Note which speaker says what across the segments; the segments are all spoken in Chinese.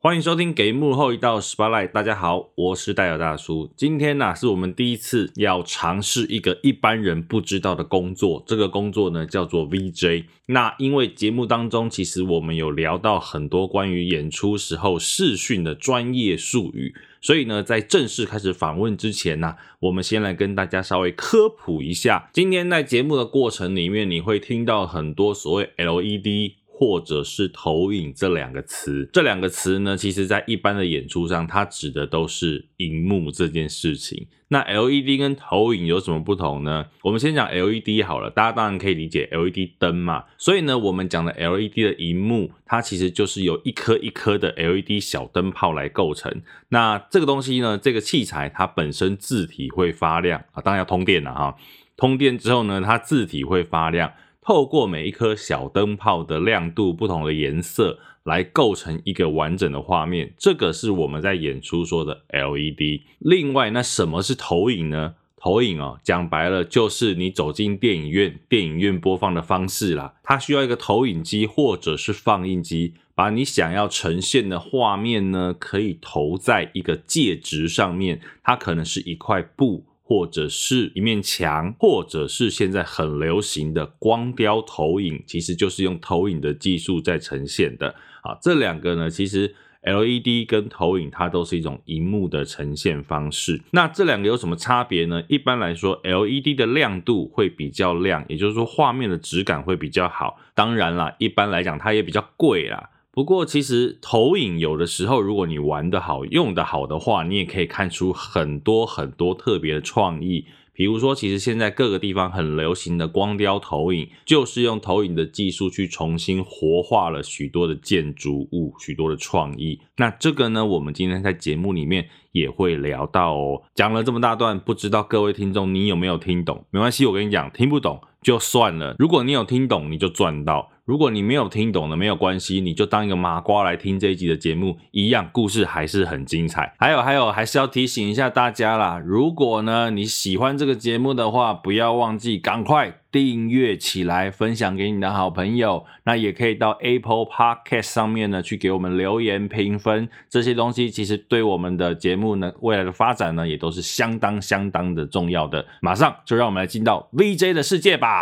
Speaker 1: 欢迎收听《给幕后一道 spotlight》。大家好，我是戴尔大叔。今天呢、是我们第一次要尝试一个一般人不知道的工作。这个工作呢，叫做 VJ。那因为节目当中，其实我们有聊到很多关于演出时候视讯的专业术语，所以呢，在正式开始访问之前呢、我们先来跟大家稍微科普一下。今天在节目的过程里面，你会听到很多所谓 LED 或者是投影这两个词。这两个词呢，其实在一般的演出上，它指的都是荧幕这件事情。那 LED 跟投影有什么不同呢？我们先讲 LED 好了，大家当然可以理解 LED 灯嘛。所以呢，我们讲的 LED 的荧幕，它其实就是由一颗一颗的 LED 小灯泡来构成。那这个东西呢，这个器材它本身字体会发亮啊，当然要通电了哈。通电之后呢，它字体会发亮，透过每一颗小灯泡的亮度、不同的颜色来构成一个完整的画面。这个是我们在演出说的 LED。另外，那什么是投影呢？投影哦，讲白了就是你走进电影院，电影院播放的方式啦。它需要一个投影机或者是放映机，把你想要呈现的画面呢，可以投在一个介质上面，它可能是一块布。或者是一面墙，或者是现在很流行的光雕投影，其实就是用投影的技术在呈现的。啊，这两个呢，其实 LED 跟投影它都是一种荧幕的呈现方式。那这两个有什么差别呢？一般来说，LED 的亮度会比较亮，也就是说画面的质感会比较好。当然啦，一般来讲它也比较贵啦。不过，其实投影有的时候，如果你玩得好、用得好的话，你也可以看出很多很多特别的创意。比如说，其实现在各个地方很流行的光雕投影，就是用投影的技术去重新活化了许多的建筑物、许多的创意。那这个呢，我们今天在节目里面也会聊到哦。讲了这么大段，不知道各位听众你有没有听懂？没关系，我跟你讲，听不懂就算了。如果你有听懂，你就赚到；如果你没有听懂的，没有关系，你就当一个麻瓜来听这一集的节目，一样故事还是很精彩。还有还有，还是要提醒一下大家啦，如果呢你喜欢这个节目的话，不要忘记赶快订阅起来，分享给你的好朋友。那也可以到 Apple Podcast 上面呢去给我们留言评分，这些东西其实对我们的节目呢未来的发展呢也都是相当相当的重要的。马上就让我们来进到 VJ 的世界吧。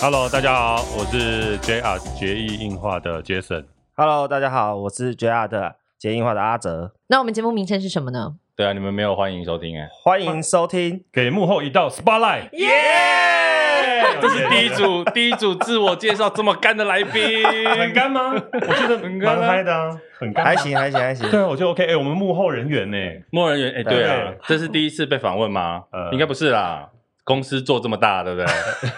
Speaker 2: Hello，大家好，我是 JR 决议硬化的 Jason。
Speaker 3: Hello，大家好，我是 JR 的捷运化的阿哲，
Speaker 4: 那我们节目名称是什么呢？
Speaker 1: 对啊，你们没有欢迎收听哎、
Speaker 3: 欢迎收听。
Speaker 2: 给幕后一道 spotlight，
Speaker 4: 耶、
Speaker 1: 这是第一组第一组自我介绍这么干的来 宾，
Speaker 2: 很干吗？我觉得
Speaker 1: 很干啊哎
Speaker 2: 蛮嗨的啊，很干。
Speaker 3: 还行，还行，还 行。
Speaker 2: 对啊，我觉得 OK。哎，我们幕后人员呢？
Speaker 1: 莫人员哎、对啊
Speaker 2: 对，
Speaker 1: 这是第一次被访问吗？
Speaker 2: 呃
Speaker 1: 应该不是啦，公司做这么大，对不对？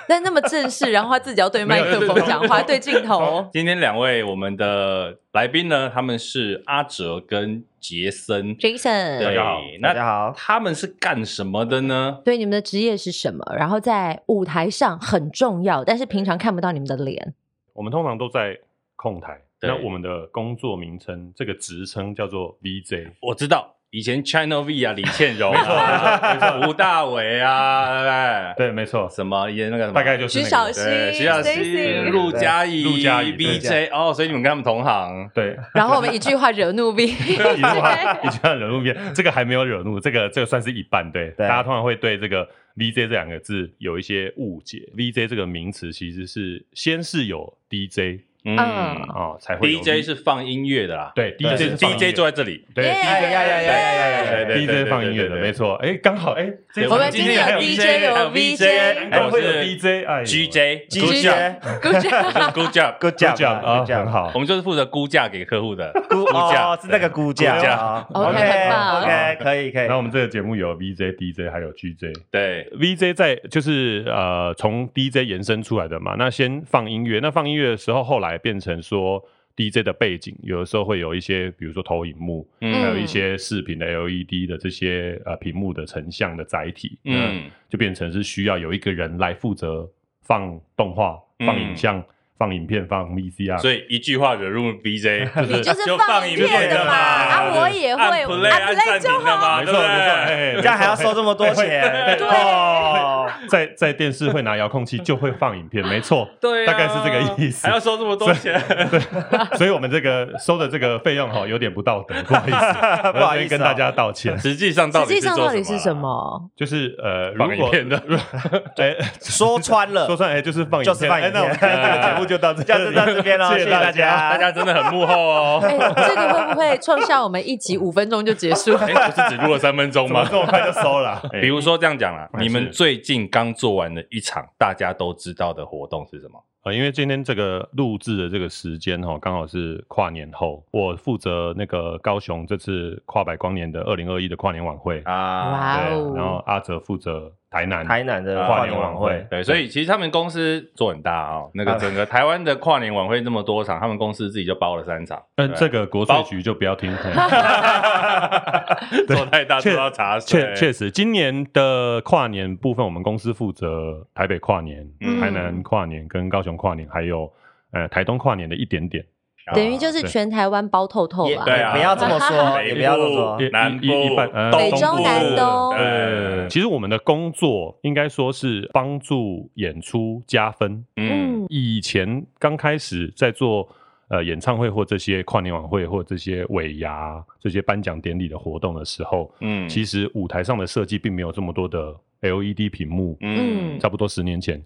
Speaker 4: 那那么正式，然后他自己要对麦克风讲话，对镜头。
Speaker 1: 今天两位我们的来宾呢，他们是阿哲跟杰森。
Speaker 4: Jason，
Speaker 1: 对
Speaker 2: 大家好，
Speaker 1: 那
Speaker 3: 大家 好
Speaker 1: 他们是干什么的呢？
Speaker 4: 对你们的职业是什么？然后在舞台上很重要，但是平常看不到你们的脸。
Speaker 2: 我们通常都在控台。
Speaker 1: 对
Speaker 2: 那我们的工作名称，这个职称叫做 VJ。
Speaker 1: 我知道，以前 Channel V 啊，李倩柔
Speaker 2: 没错没
Speaker 1: 啊，
Speaker 2: 错
Speaker 1: 吴大维啊，对
Speaker 2: 对，没错
Speaker 1: 不对，什么演那个什么，
Speaker 2: 大概就是
Speaker 4: 徐
Speaker 2: 那
Speaker 4: 小
Speaker 2: 个。
Speaker 4: 溪
Speaker 1: 对，徐小溪、
Speaker 4: Stacy
Speaker 1: 陆嘉怡、
Speaker 2: 陆嘉怡对
Speaker 1: BJ 哦，所以你们跟他们同行。
Speaker 2: 对，
Speaker 4: 然后我们一句话惹怒 B，
Speaker 2: 一路话，一句话惹怒别人，这个还没有惹怒，这个这个算是一半。对，
Speaker 3: 对
Speaker 1: 啊
Speaker 2: 大家通常会对这个 VJ 这两个字有一些误解。VJ 这个名词其实是先是有 DJ
Speaker 1: 嗯
Speaker 4: 嗯
Speaker 2: 哦，才会有 V-
Speaker 1: ，DJ 是放音乐的啦，
Speaker 2: 对
Speaker 1: 就
Speaker 2: DJ
Speaker 1: 是
Speaker 2: 是放音乐
Speaker 1: DJ 坐在这里。
Speaker 2: 对
Speaker 4: 耶
Speaker 3: 哎呀呀呀呀呀呀
Speaker 1: 对
Speaker 3: 呀！
Speaker 1: 对对
Speaker 2: DJ
Speaker 1: 对
Speaker 2: 是放音乐
Speaker 1: 对
Speaker 2: 的，
Speaker 1: 对
Speaker 2: 没错。哎，刚好哎，这一集
Speaker 1: 我
Speaker 4: 我
Speaker 1: 们
Speaker 4: 们
Speaker 1: 今
Speaker 4: 今
Speaker 1: 天
Speaker 4: 天
Speaker 1: 有
Speaker 4: 有
Speaker 2: 还
Speaker 4: DJ 有 VJ
Speaker 2: 难
Speaker 1: 哎我
Speaker 2: 怪会有
Speaker 1: 是
Speaker 2: DJ，哎呦
Speaker 1: GJ
Speaker 3: GJ
Speaker 1: Good job，
Speaker 4: 鼓
Speaker 1: Good
Speaker 4: 掌。
Speaker 1: job。
Speaker 2: Good
Speaker 3: Good
Speaker 2: job 啊，
Speaker 3: job，Good
Speaker 2: 很
Speaker 3: job，
Speaker 2: 好
Speaker 1: 我。们就是负责估价给客 户的，
Speaker 3: 估
Speaker 1: 价
Speaker 3: 哦，是那个估价
Speaker 1: 估价
Speaker 3: 哦
Speaker 4: OK，很棒
Speaker 3: OK，可以，可以
Speaker 2: 然。后我们这个节目有 VJ、DJ 还有 GJ。
Speaker 1: 对，
Speaker 2: VJ 在就是呃从 DJ 延伸出来的嘛，那先放音乐，那放音乐的时候，后来变成说 DJ 的背景，有的时候会有一些，比如说投影幕，
Speaker 1: 嗯
Speaker 4: 嗯
Speaker 2: 还有一些视频的 LED 的这些呃屏幕的成像的载体，嗯，
Speaker 1: 嗯，
Speaker 2: 就变成是需要有一个人来负责放动画、
Speaker 1: 嗯
Speaker 2: 放影像、放影片、放 VCR，
Speaker 1: 所以一句话惹入 VJ，
Speaker 4: 你就是
Speaker 1: 就
Speaker 4: 放
Speaker 1: 影
Speaker 4: 影
Speaker 1: 片
Speaker 4: 片
Speaker 1: 的
Speaker 4: 的嘛，啊，
Speaker 1: 嘛，
Speaker 4: 我也会，
Speaker 1: 按 play
Speaker 4: 按
Speaker 1: 按暂
Speaker 4: play
Speaker 1: 停
Speaker 4: 就
Speaker 1: 的
Speaker 4: 好。
Speaker 1: 嘛，
Speaker 2: 没
Speaker 1: 啊对
Speaker 2: 错哎
Speaker 1: 不对？
Speaker 2: 没错，哎，
Speaker 3: 这样还要收这么多钱？
Speaker 2: 对
Speaker 3: 哦，
Speaker 2: 在在电视会拿遥控器就会放影片，没错，哎
Speaker 1: 对啊、
Speaker 2: 大概是这个意思
Speaker 1: 还要收这么多钱，
Speaker 2: 对， 所以我们这个收的这个费用哈有点不道德， 不好意思，
Speaker 3: 不
Speaker 2: 我
Speaker 3: 好
Speaker 2: 在这
Speaker 3: 意
Speaker 2: 边
Speaker 3: 思
Speaker 2: 跟
Speaker 3: 啊
Speaker 2: 大家道 歉。
Speaker 1: 实际上到
Speaker 4: 实
Speaker 1: 底
Speaker 4: 际
Speaker 1: 是
Speaker 4: 上
Speaker 1: 做
Speaker 4: 到底是什
Speaker 1: 么啊？
Speaker 4: 么？
Speaker 2: 就是呃，如
Speaker 1: 放
Speaker 2: 果
Speaker 1: 影片的
Speaker 2: 哎，
Speaker 3: 说穿了
Speaker 2: 说，穿哎就是放影
Speaker 3: 就是
Speaker 2: 片，
Speaker 3: 放
Speaker 2: 哎
Speaker 3: 影，
Speaker 2: 那我们今天 这个节目就到这里，
Speaker 3: 就到这边喽，
Speaker 2: 谢
Speaker 3: 谢
Speaker 2: 谢
Speaker 3: 谢
Speaker 2: 大
Speaker 3: 大
Speaker 2: 家。
Speaker 1: 大
Speaker 3: 家。
Speaker 1: 家真的很幕后哦。
Speaker 4: 哎，这个会不会创下我们一集五分钟就结束？
Speaker 1: 哎，不是只录了三分钟
Speaker 2: 怎么
Speaker 1: 吗
Speaker 2: 这？么快就收 了？哎
Speaker 1: 比如说这样讲啦，
Speaker 2: 哎
Speaker 1: 你们
Speaker 2: 是
Speaker 1: 最近刚做完的一场大家都知道的活动是什么？
Speaker 2: 呃，因为今天这个录制的这个时间哈、哦，刚好是跨年后，我负责那个高雄这次跨百光年的二零二一的跨年晚会，
Speaker 1: 啊，
Speaker 4: 哇
Speaker 2: 对，然后
Speaker 4: 哦！
Speaker 2: 阿哲负责台南
Speaker 3: 台南的
Speaker 2: 跨
Speaker 3: 跨
Speaker 2: 年
Speaker 3: 年
Speaker 2: 晚
Speaker 3: 晚
Speaker 2: 会
Speaker 3: 会，
Speaker 1: 对，所以其实他们公司做很大哦，那个
Speaker 3: 啊
Speaker 1: 整个台湾的跨年晚会那么多场，他们公司自己就包了三场。
Speaker 2: 嗯，
Speaker 1: 对
Speaker 2: 这个国税局就不 要听。
Speaker 1: 做太大
Speaker 2: 确
Speaker 1: 做到茶水，
Speaker 2: 确确实，今年的跨年部分，我们公司负责台北跨年、
Speaker 1: 嗯
Speaker 2: 台南跨年、跟高雄跨年，还有呃台东跨年的一点点，
Speaker 1: 啊
Speaker 4: 等于就是
Speaker 2: 对
Speaker 4: 全台湾包透透
Speaker 1: 也
Speaker 4: 啦。
Speaker 1: 对啊
Speaker 3: 哎不要这么说，
Speaker 1: 北
Speaker 3: 也不要这么
Speaker 1: 部
Speaker 3: 说
Speaker 2: 也。
Speaker 1: 哦南
Speaker 2: 一一一
Speaker 1: 部
Speaker 2: 半呃、
Speaker 4: 北
Speaker 2: 东
Speaker 4: 中
Speaker 2: 部
Speaker 4: 南东
Speaker 1: 对
Speaker 2: 其实我们的工作应该说是帮助演出加分。
Speaker 1: 嗯，
Speaker 4: 嗯，
Speaker 2: 以前刚开始在做呃演唱会或这些跨年晚会或这些尾牙、这些颁奖典礼的活动的时候，
Speaker 1: 嗯
Speaker 2: 其实舞台上的设计并没有这么多的 LED 屏幕。
Speaker 1: 嗯
Speaker 4: 嗯
Speaker 2: 差不多十年前，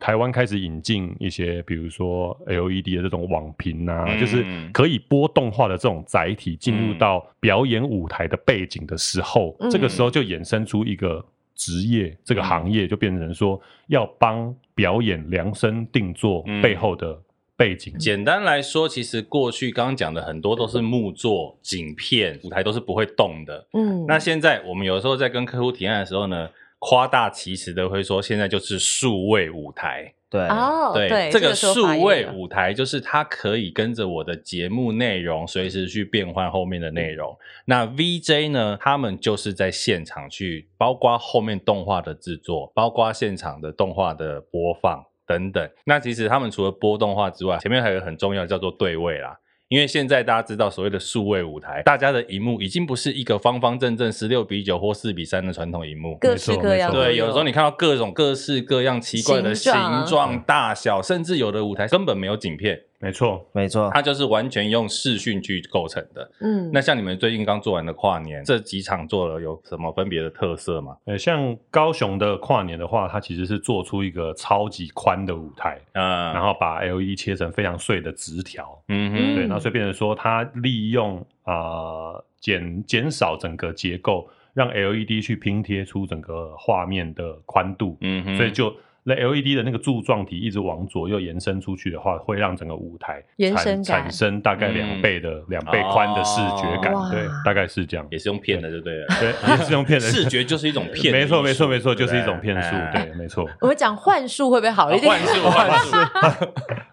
Speaker 2: 台湾开始引进一些，比如说 LED 的这种网屏啊，
Speaker 1: 嗯
Speaker 2: 就是可以波动化的这种载体进入到表演舞台的背景的时候，
Speaker 4: 嗯
Speaker 2: 这个时候就衍生出一个职业，这个行
Speaker 1: 嗯
Speaker 2: 业就变成说要帮表演量身定做
Speaker 1: 嗯
Speaker 2: 背后的背景。
Speaker 1: 简单来说，其实过去刚刚讲的很多都是木作、景片，舞台都是不会动的。
Speaker 4: 嗯，
Speaker 1: 那现在我们有时候在跟客户提案的时候呢，夸大其词的会说，现在就是数位舞台。
Speaker 3: 对，
Speaker 4: 哦，对，
Speaker 1: 这个
Speaker 4: 说法
Speaker 1: 数
Speaker 4: 也
Speaker 1: 位
Speaker 4: 有
Speaker 1: 舞台就是它可以跟着我的节目内容随时去变换后面的内容。那 VJ 呢，他们就是在现场去，包括后面动画的制作，包括现场的动画的播放等等。那其实他们除了播动画之外，前面还有一个很重要的叫做对位啦。因为现在大家知道所谓的数位舞台，大家的荧幕已经不是一个方方正正十六比九或四比三的传统荧幕，
Speaker 4: 各式各样
Speaker 2: 没
Speaker 4: 都
Speaker 2: 错
Speaker 4: 有。
Speaker 1: 对，有时候你看到各种各式各样奇怪的形
Speaker 4: 形
Speaker 1: 状啊
Speaker 4: 状、
Speaker 1: 大小，甚至有的舞台根本没有景片，
Speaker 2: 没错，
Speaker 3: 没错。
Speaker 1: 它就是完全用视讯去构成的。
Speaker 4: 嗯，
Speaker 1: 那像你们最近刚做完的跨年，这几场做了有什么分别的特色吗？
Speaker 2: 呃，像高雄的跨年的话，它其实是做出一个超级宽的舞台，
Speaker 1: 嗯，
Speaker 2: 然后把 LED 切成非常碎的直条，
Speaker 1: 嗯
Speaker 4: 嗯
Speaker 1: 哼，
Speaker 2: 对，那所以变成说，它利用啊减减少整个结构，让 LED 去拼贴出整个画面的宽度，
Speaker 1: 嗯哼，
Speaker 2: 所以就那 LED 的那个柱状体一直往左右延伸出去的话，会让整个舞台
Speaker 4: 延
Speaker 2: 产
Speaker 4: 伸感嗯
Speaker 2: 产生大概两倍的两、倍宽的视觉感，
Speaker 4: 哦
Speaker 2: 对，大概是这样，
Speaker 1: 也是用骗的，就对了。
Speaker 2: 对，也是用骗人
Speaker 1: 视觉就是一种骗的
Speaker 2: 没
Speaker 1: 艺术，
Speaker 2: 错没错没错，
Speaker 1: 对
Speaker 2: 就
Speaker 1: 不
Speaker 2: 是一种骗术，
Speaker 1: 哎
Speaker 2: 对，没错。
Speaker 4: 我们讲幻术会不会好一点？
Speaker 1: 哦幻术，幻术，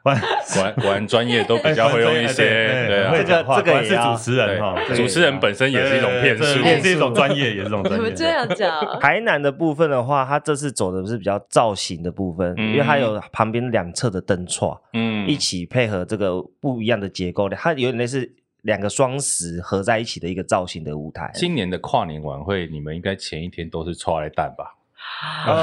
Speaker 2: 完
Speaker 1: 果然果然专业都
Speaker 2: 哎
Speaker 1: 比较会用一些，对啊，
Speaker 3: 这个这个也
Speaker 2: 是主
Speaker 3: 要
Speaker 2: 持人哈，
Speaker 1: 对
Speaker 2: 对
Speaker 1: 主持人本身也是一种骗
Speaker 2: 对
Speaker 1: 术，
Speaker 2: 也是一种专业，也是一种专
Speaker 4: 怎
Speaker 2: 业。
Speaker 4: 么这样 讲？
Speaker 3: 台南的部分的话，它这次走的是比较造型的部分，
Speaker 1: 嗯
Speaker 3: 因为它有旁边两侧的灯串
Speaker 1: 嗯
Speaker 3: 一起配合这个不一样的结构，它有点类似两个双十合在一起的一个造型的舞台。
Speaker 1: 今年的跨年晚会，你们应该前一天都是搓来蛋 吧？
Speaker 4: 哦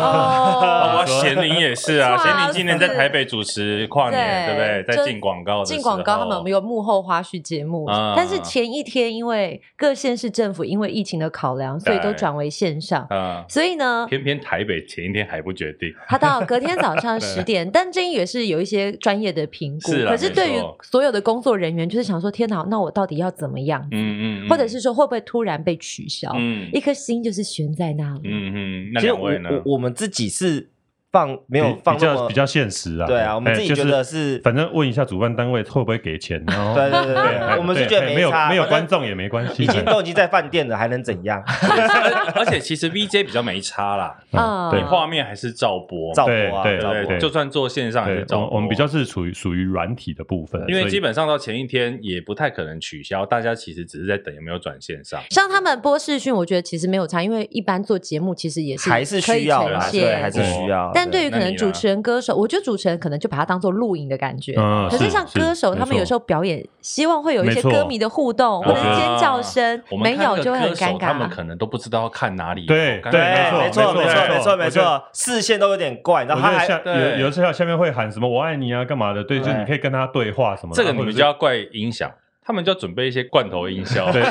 Speaker 1: 包括咸宁也是啊，
Speaker 4: 哇塞
Speaker 1: 咸宁今年在台北主持跨年，对不对？在
Speaker 4: 就
Speaker 1: 进广告的时候，
Speaker 4: 啊进广告，他们有幕后花絮节目
Speaker 1: 啊，
Speaker 4: 但是前一天因为各县市政府因为疫情的考量，所以都转为线上，
Speaker 1: 嗯，
Speaker 4: 所以呢。
Speaker 1: 偏偏台北前一天还不决定，
Speaker 4: 他到隔天早 上十点，但这也是有一些专业的评估。
Speaker 1: 是啊
Speaker 4: 可是对
Speaker 1: 没
Speaker 4: 于
Speaker 1: 错
Speaker 4: 所有的工作人员，就是想说：天哪，那我到底要怎么样？
Speaker 1: 嗯嗯，嗯
Speaker 4: 或者是说会不会突然被取消？
Speaker 1: 嗯
Speaker 4: 一颗心就是悬在那里。
Speaker 1: 嗯嗯，那
Speaker 3: 其实
Speaker 1: 两
Speaker 3: 我
Speaker 1: 位呢？
Speaker 3: 我我们自己是放没有
Speaker 2: 比
Speaker 3: 放
Speaker 2: 比
Speaker 3: 那么
Speaker 2: 较比较现实啊。
Speaker 3: 对啊，我们
Speaker 2: 哎
Speaker 3: 自己觉得是
Speaker 2: 就是、反正问一下主办单位会不会给钱，然后
Speaker 3: 对对对对
Speaker 2: 哎
Speaker 3: 我们是觉得
Speaker 2: 哎
Speaker 3: 没
Speaker 2: 没有
Speaker 3: 差
Speaker 2: 没有
Speaker 3: 反正
Speaker 2: 观众也没关系，啊
Speaker 3: 已经都已经在饭店了，还能怎样？
Speaker 1: 而且其实 VJ 比较没差啦，
Speaker 4: 啊
Speaker 2: 对
Speaker 1: 你画面还是照播，
Speaker 3: 照
Speaker 2: 对
Speaker 3: 播啊，
Speaker 2: 对
Speaker 1: 对
Speaker 3: 照
Speaker 1: 不
Speaker 3: 播
Speaker 1: 对？
Speaker 2: 对
Speaker 1: 就算做线上也是
Speaker 2: 对，
Speaker 1: 照播
Speaker 2: 我们我们比较是属于属于软体的部分，
Speaker 1: 因为
Speaker 2: 所以
Speaker 1: 基本上到前一天也不太可能取消，大家其实只是在等有没有转线上。
Speaker 4: 像他们 播视讯，我觉得其实没有差，因为一般做节目其实也是
Speaker 3: 还是
Speaker 4: 可以
Speaker 3: 需要
Speaker 4: 呈
Speaker 3: 啦，
Speaker 4: 现
Speaker 3: 对，还是需要。
Speaker 4: 但但对于可
Speaker 1: 那
Speaker 4: 能
Speaker 1: 你
Speaker 4: 主
Speaker 1: 呢
Speaker 4: 持人、歌手，我觉得主持人可能就把它当做录影的感觉。
Speaker 2: 嗯
Speaker 4: 可是
Speaker 2: 是
Speaker 4: 像
Speaker 2: 是
Speaker 4: 歌手，
Speaker 2: 没
Speaker 4: 他们有
Speaker 2: 错
Speaker 4: 时候表演，希望会有一
Speaker 2: 没
Speaker 4: 些
Speaker 2: 错
Speaker 4: 歌迷的互动或者是
Speaker 1: 我觉得
Speaker 4: 尖叫声
Speaker 1: 我，们
Speaker 4: 没
Speaker 1: 看那
Speaker 4: 有
Speaker 1: 个
Speaker 4: 就会很
Speaker 1: 歌手
Speaker 4: 尴
Speaker 1: 他们
Speaker 4: 尬。啊
Speaker 1: 可能都不知道要看哪里。
Speaker 2: 对
Speaker 1: 我刚
Speaker 2: 对
Speaker 1: 才
Speaker 3: 对，没错，
Speaker 2: 没
Speaker 3: 哎没
Speaker 2: 错
Speaker 3: 错，
Speaker 2: 没
Speaker 3: 没
Speaker 2: 错
Speaker 3: 错，
Speaker 2: 我
Speaker 3: 没
Speaker 2: 觉得
Speaker 3: 错，视线都有点怪，然
Speaker 2: 我
Speaker 3: 后
Speaker 2: 觉得
Speaker 3: 他还
Speaker 2: 下有
Speaker 1: 对
Speaker 2: 有的时候下面会喊什么“我爱你”啊，干嘛的？对，就是
Speaker 3: 对
Speaker 2: 你可以跟他对话什么
Speaker 1: 这
Speaker 2: 的。
Speaker 1: 个你
Speaker 2: 或者
Speaker 1: 们
Speaker 2: 是
Speaker 1: 就要怪音响，他们就要准备一些罐头音效。
Speaker 2: 对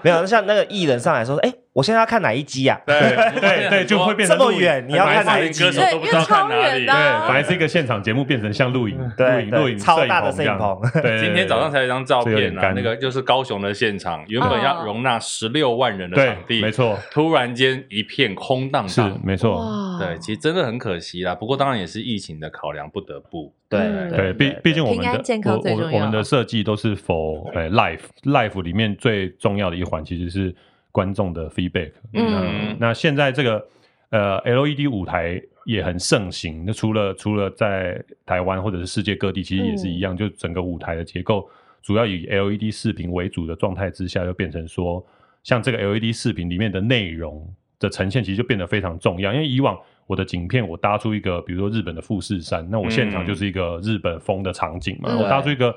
Speaker 3: 没有像那个艺人上来说，哎，我现在要看哪一集呀？
Speaker 1: 对
Speaker 2: 对对，就会变成
Speaker 3: 这么
Speaker 2: 录影
Speaker 3: 远你要
Speaker 2: 白
Speaker 3: 看哪一
Speaker 1: 歌手
Speaker 4: 对
Speaker 1: 都不
Speaker 4: 因
Speaker 1: 知
Speaker 4: 为
Speaker 1: 道看
Speaker 4: 超
Speaker 1: 哪
Speaker 4: 远
Speaker 1: 里
Speaker 4: 的。啊
Speaker 2: 本来是一个现场节目，变成像录影、录
Speaker 3: 对
Speaker 2: 影、
Speaker 3: 对
Speaker 2: 录影
Speaker 3: 超大的
Speaker 2: 摄影棚
Speaker 3: 摄
Speaker 2: 这样。对，
Speaker 1: 今天早上才有一张照
Speaker 2: 这有
Speaker 1: 片
Speaker 2: 点
Speaker 1: 啊，
Speaker 2: 干
Speaker 1: 那个就是高雄的现场，原本要容
Speaker 4: 嗯
Speaker 1: 纳十六万人的
Speaker 2: 对
Speaker 1: 场，地，
Speaker 2: 没，错，
Speaker 1: 突然间一片空荡
Speaker 2: 是
Speaker 1: 荡。
Speaker 2: 没错。
Speaker 4: 哇
Speaker 1: 对，其实真的很可惜啦。不过当然也是疫情的考量，不得不。
Speaker 3: 对
Speaker 4: 嗯
Speaker 2: 对，毕毕竟我们
Speaker 4: 平安
Speaker 2: 的
Speaker 4: 健康
Speaker 2: 我
Speaker 4: 最
Speaker 2: 我
Speaker 4: 重
Speaker 2: 们
Speaker 4: 要
Speaker 2: 我们的设计都是否呃 life life 里面最重要的一环其实是观众的 feedback。
Speaker 4: 嗯
Speaker 1: 嗯，
Speaker 2: 那现在这个呃 LED 舞台也很盛行，那除了除了在台湾或者是世界各地，其实
Speaker 4: 嗯
Speaker 2: 也是一样，就整个舞台的结构主要以 LED 视频为主的状态之下，就变成说，像这个 LED 视频里面的内容的呈现，其实就变得非常重要，因为以往。我的景片，我搭出一个，比如说日本的富士山，那我现场
Speaker 1: 嗯
Speaker 2: 就是一个日本风的场景嘛。
Speaker 4: 嗯
Speaker 2: 我搭出一个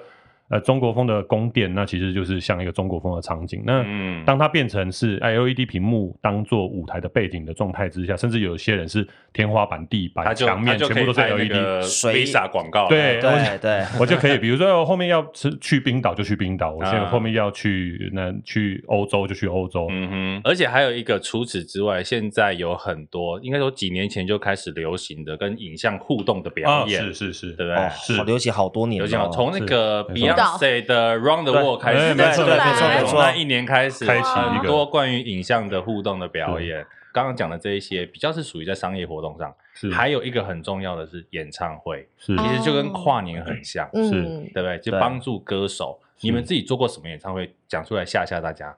Speaker 2: 呃中国风的宫殿，那其实就是像一个中国风的场景。那、
Speaker 1: 嗯
Speaker 2: 当它变成是 LED 屏幕当做舞台的背景的状态之下，甚至有些人是天花板、地
Speaker 1: 他
Speaker 2: 板、
Speaker 1: 就
Speaker 2: 墙面
Speaker 1: 他就
Speaker 2: 全
Speaker 1: 可以
Speaker 2: 部都是
Speaker 1: 拍那
Speaker 2: LED，
Speaker 1: 个
Speaker 3: 水
Speaker 1: Visa 广告。
Speaker 2: 对
Speaker 3: 对对，
Speaker 2: 我就可 以，比如说哦后面要吃去冰岛就去冰岛，我现在
Speaker 1: 啊
Speaker 2: 后面要去那去欧洲就去欧洲，
Speaker 1: 嗯哼，而且还有一个，除此之外，现在有很多，应该说几年前就开始流行的跟影像互动的表
Speaker 2: 啊
Speaker 1: 演，
Speaker 2: 是是是，
Speaker 1: 对不对？
Speaker 3: 哦，好流行好多年
Speaker 1: 有
Speaker 3: 了，哦
Speaker 1: 讲到从那个
Speaker 2: 是没错
Speaker 1: Beyonce 的 Round the
Speaker 3: 对
Speaker 1: World 开始，
Speaker 2: 哎没错
Speaker 1: 对
Speaker 4: 没错
Speaker 1: 对
Speaker 4: 没
Speaker 3: 错
Speaker 1: 从那一年开始，
Speaker 2: 开启
Speaker 4: 一个
Speaker 1: 很多关于影像的互动的表演。刚刚讲的这一些，比较是属于在商业活动上。
Speaker 2: 是
Speaker 1: 还有一个很重要的是演唱会，
Speaker 2: 是
Speaker 4: 啊
Speaker 1: 其实就跟跨年很像，
Speaker 4: 嗯，
Speaker 1: 对不对？就
Speaker 3: 对
Speaker 1: 帮助歌手。
Speaker 2: 是
Speaker 1: 你们自己做过什么演唱会？讲出来吓吓大家。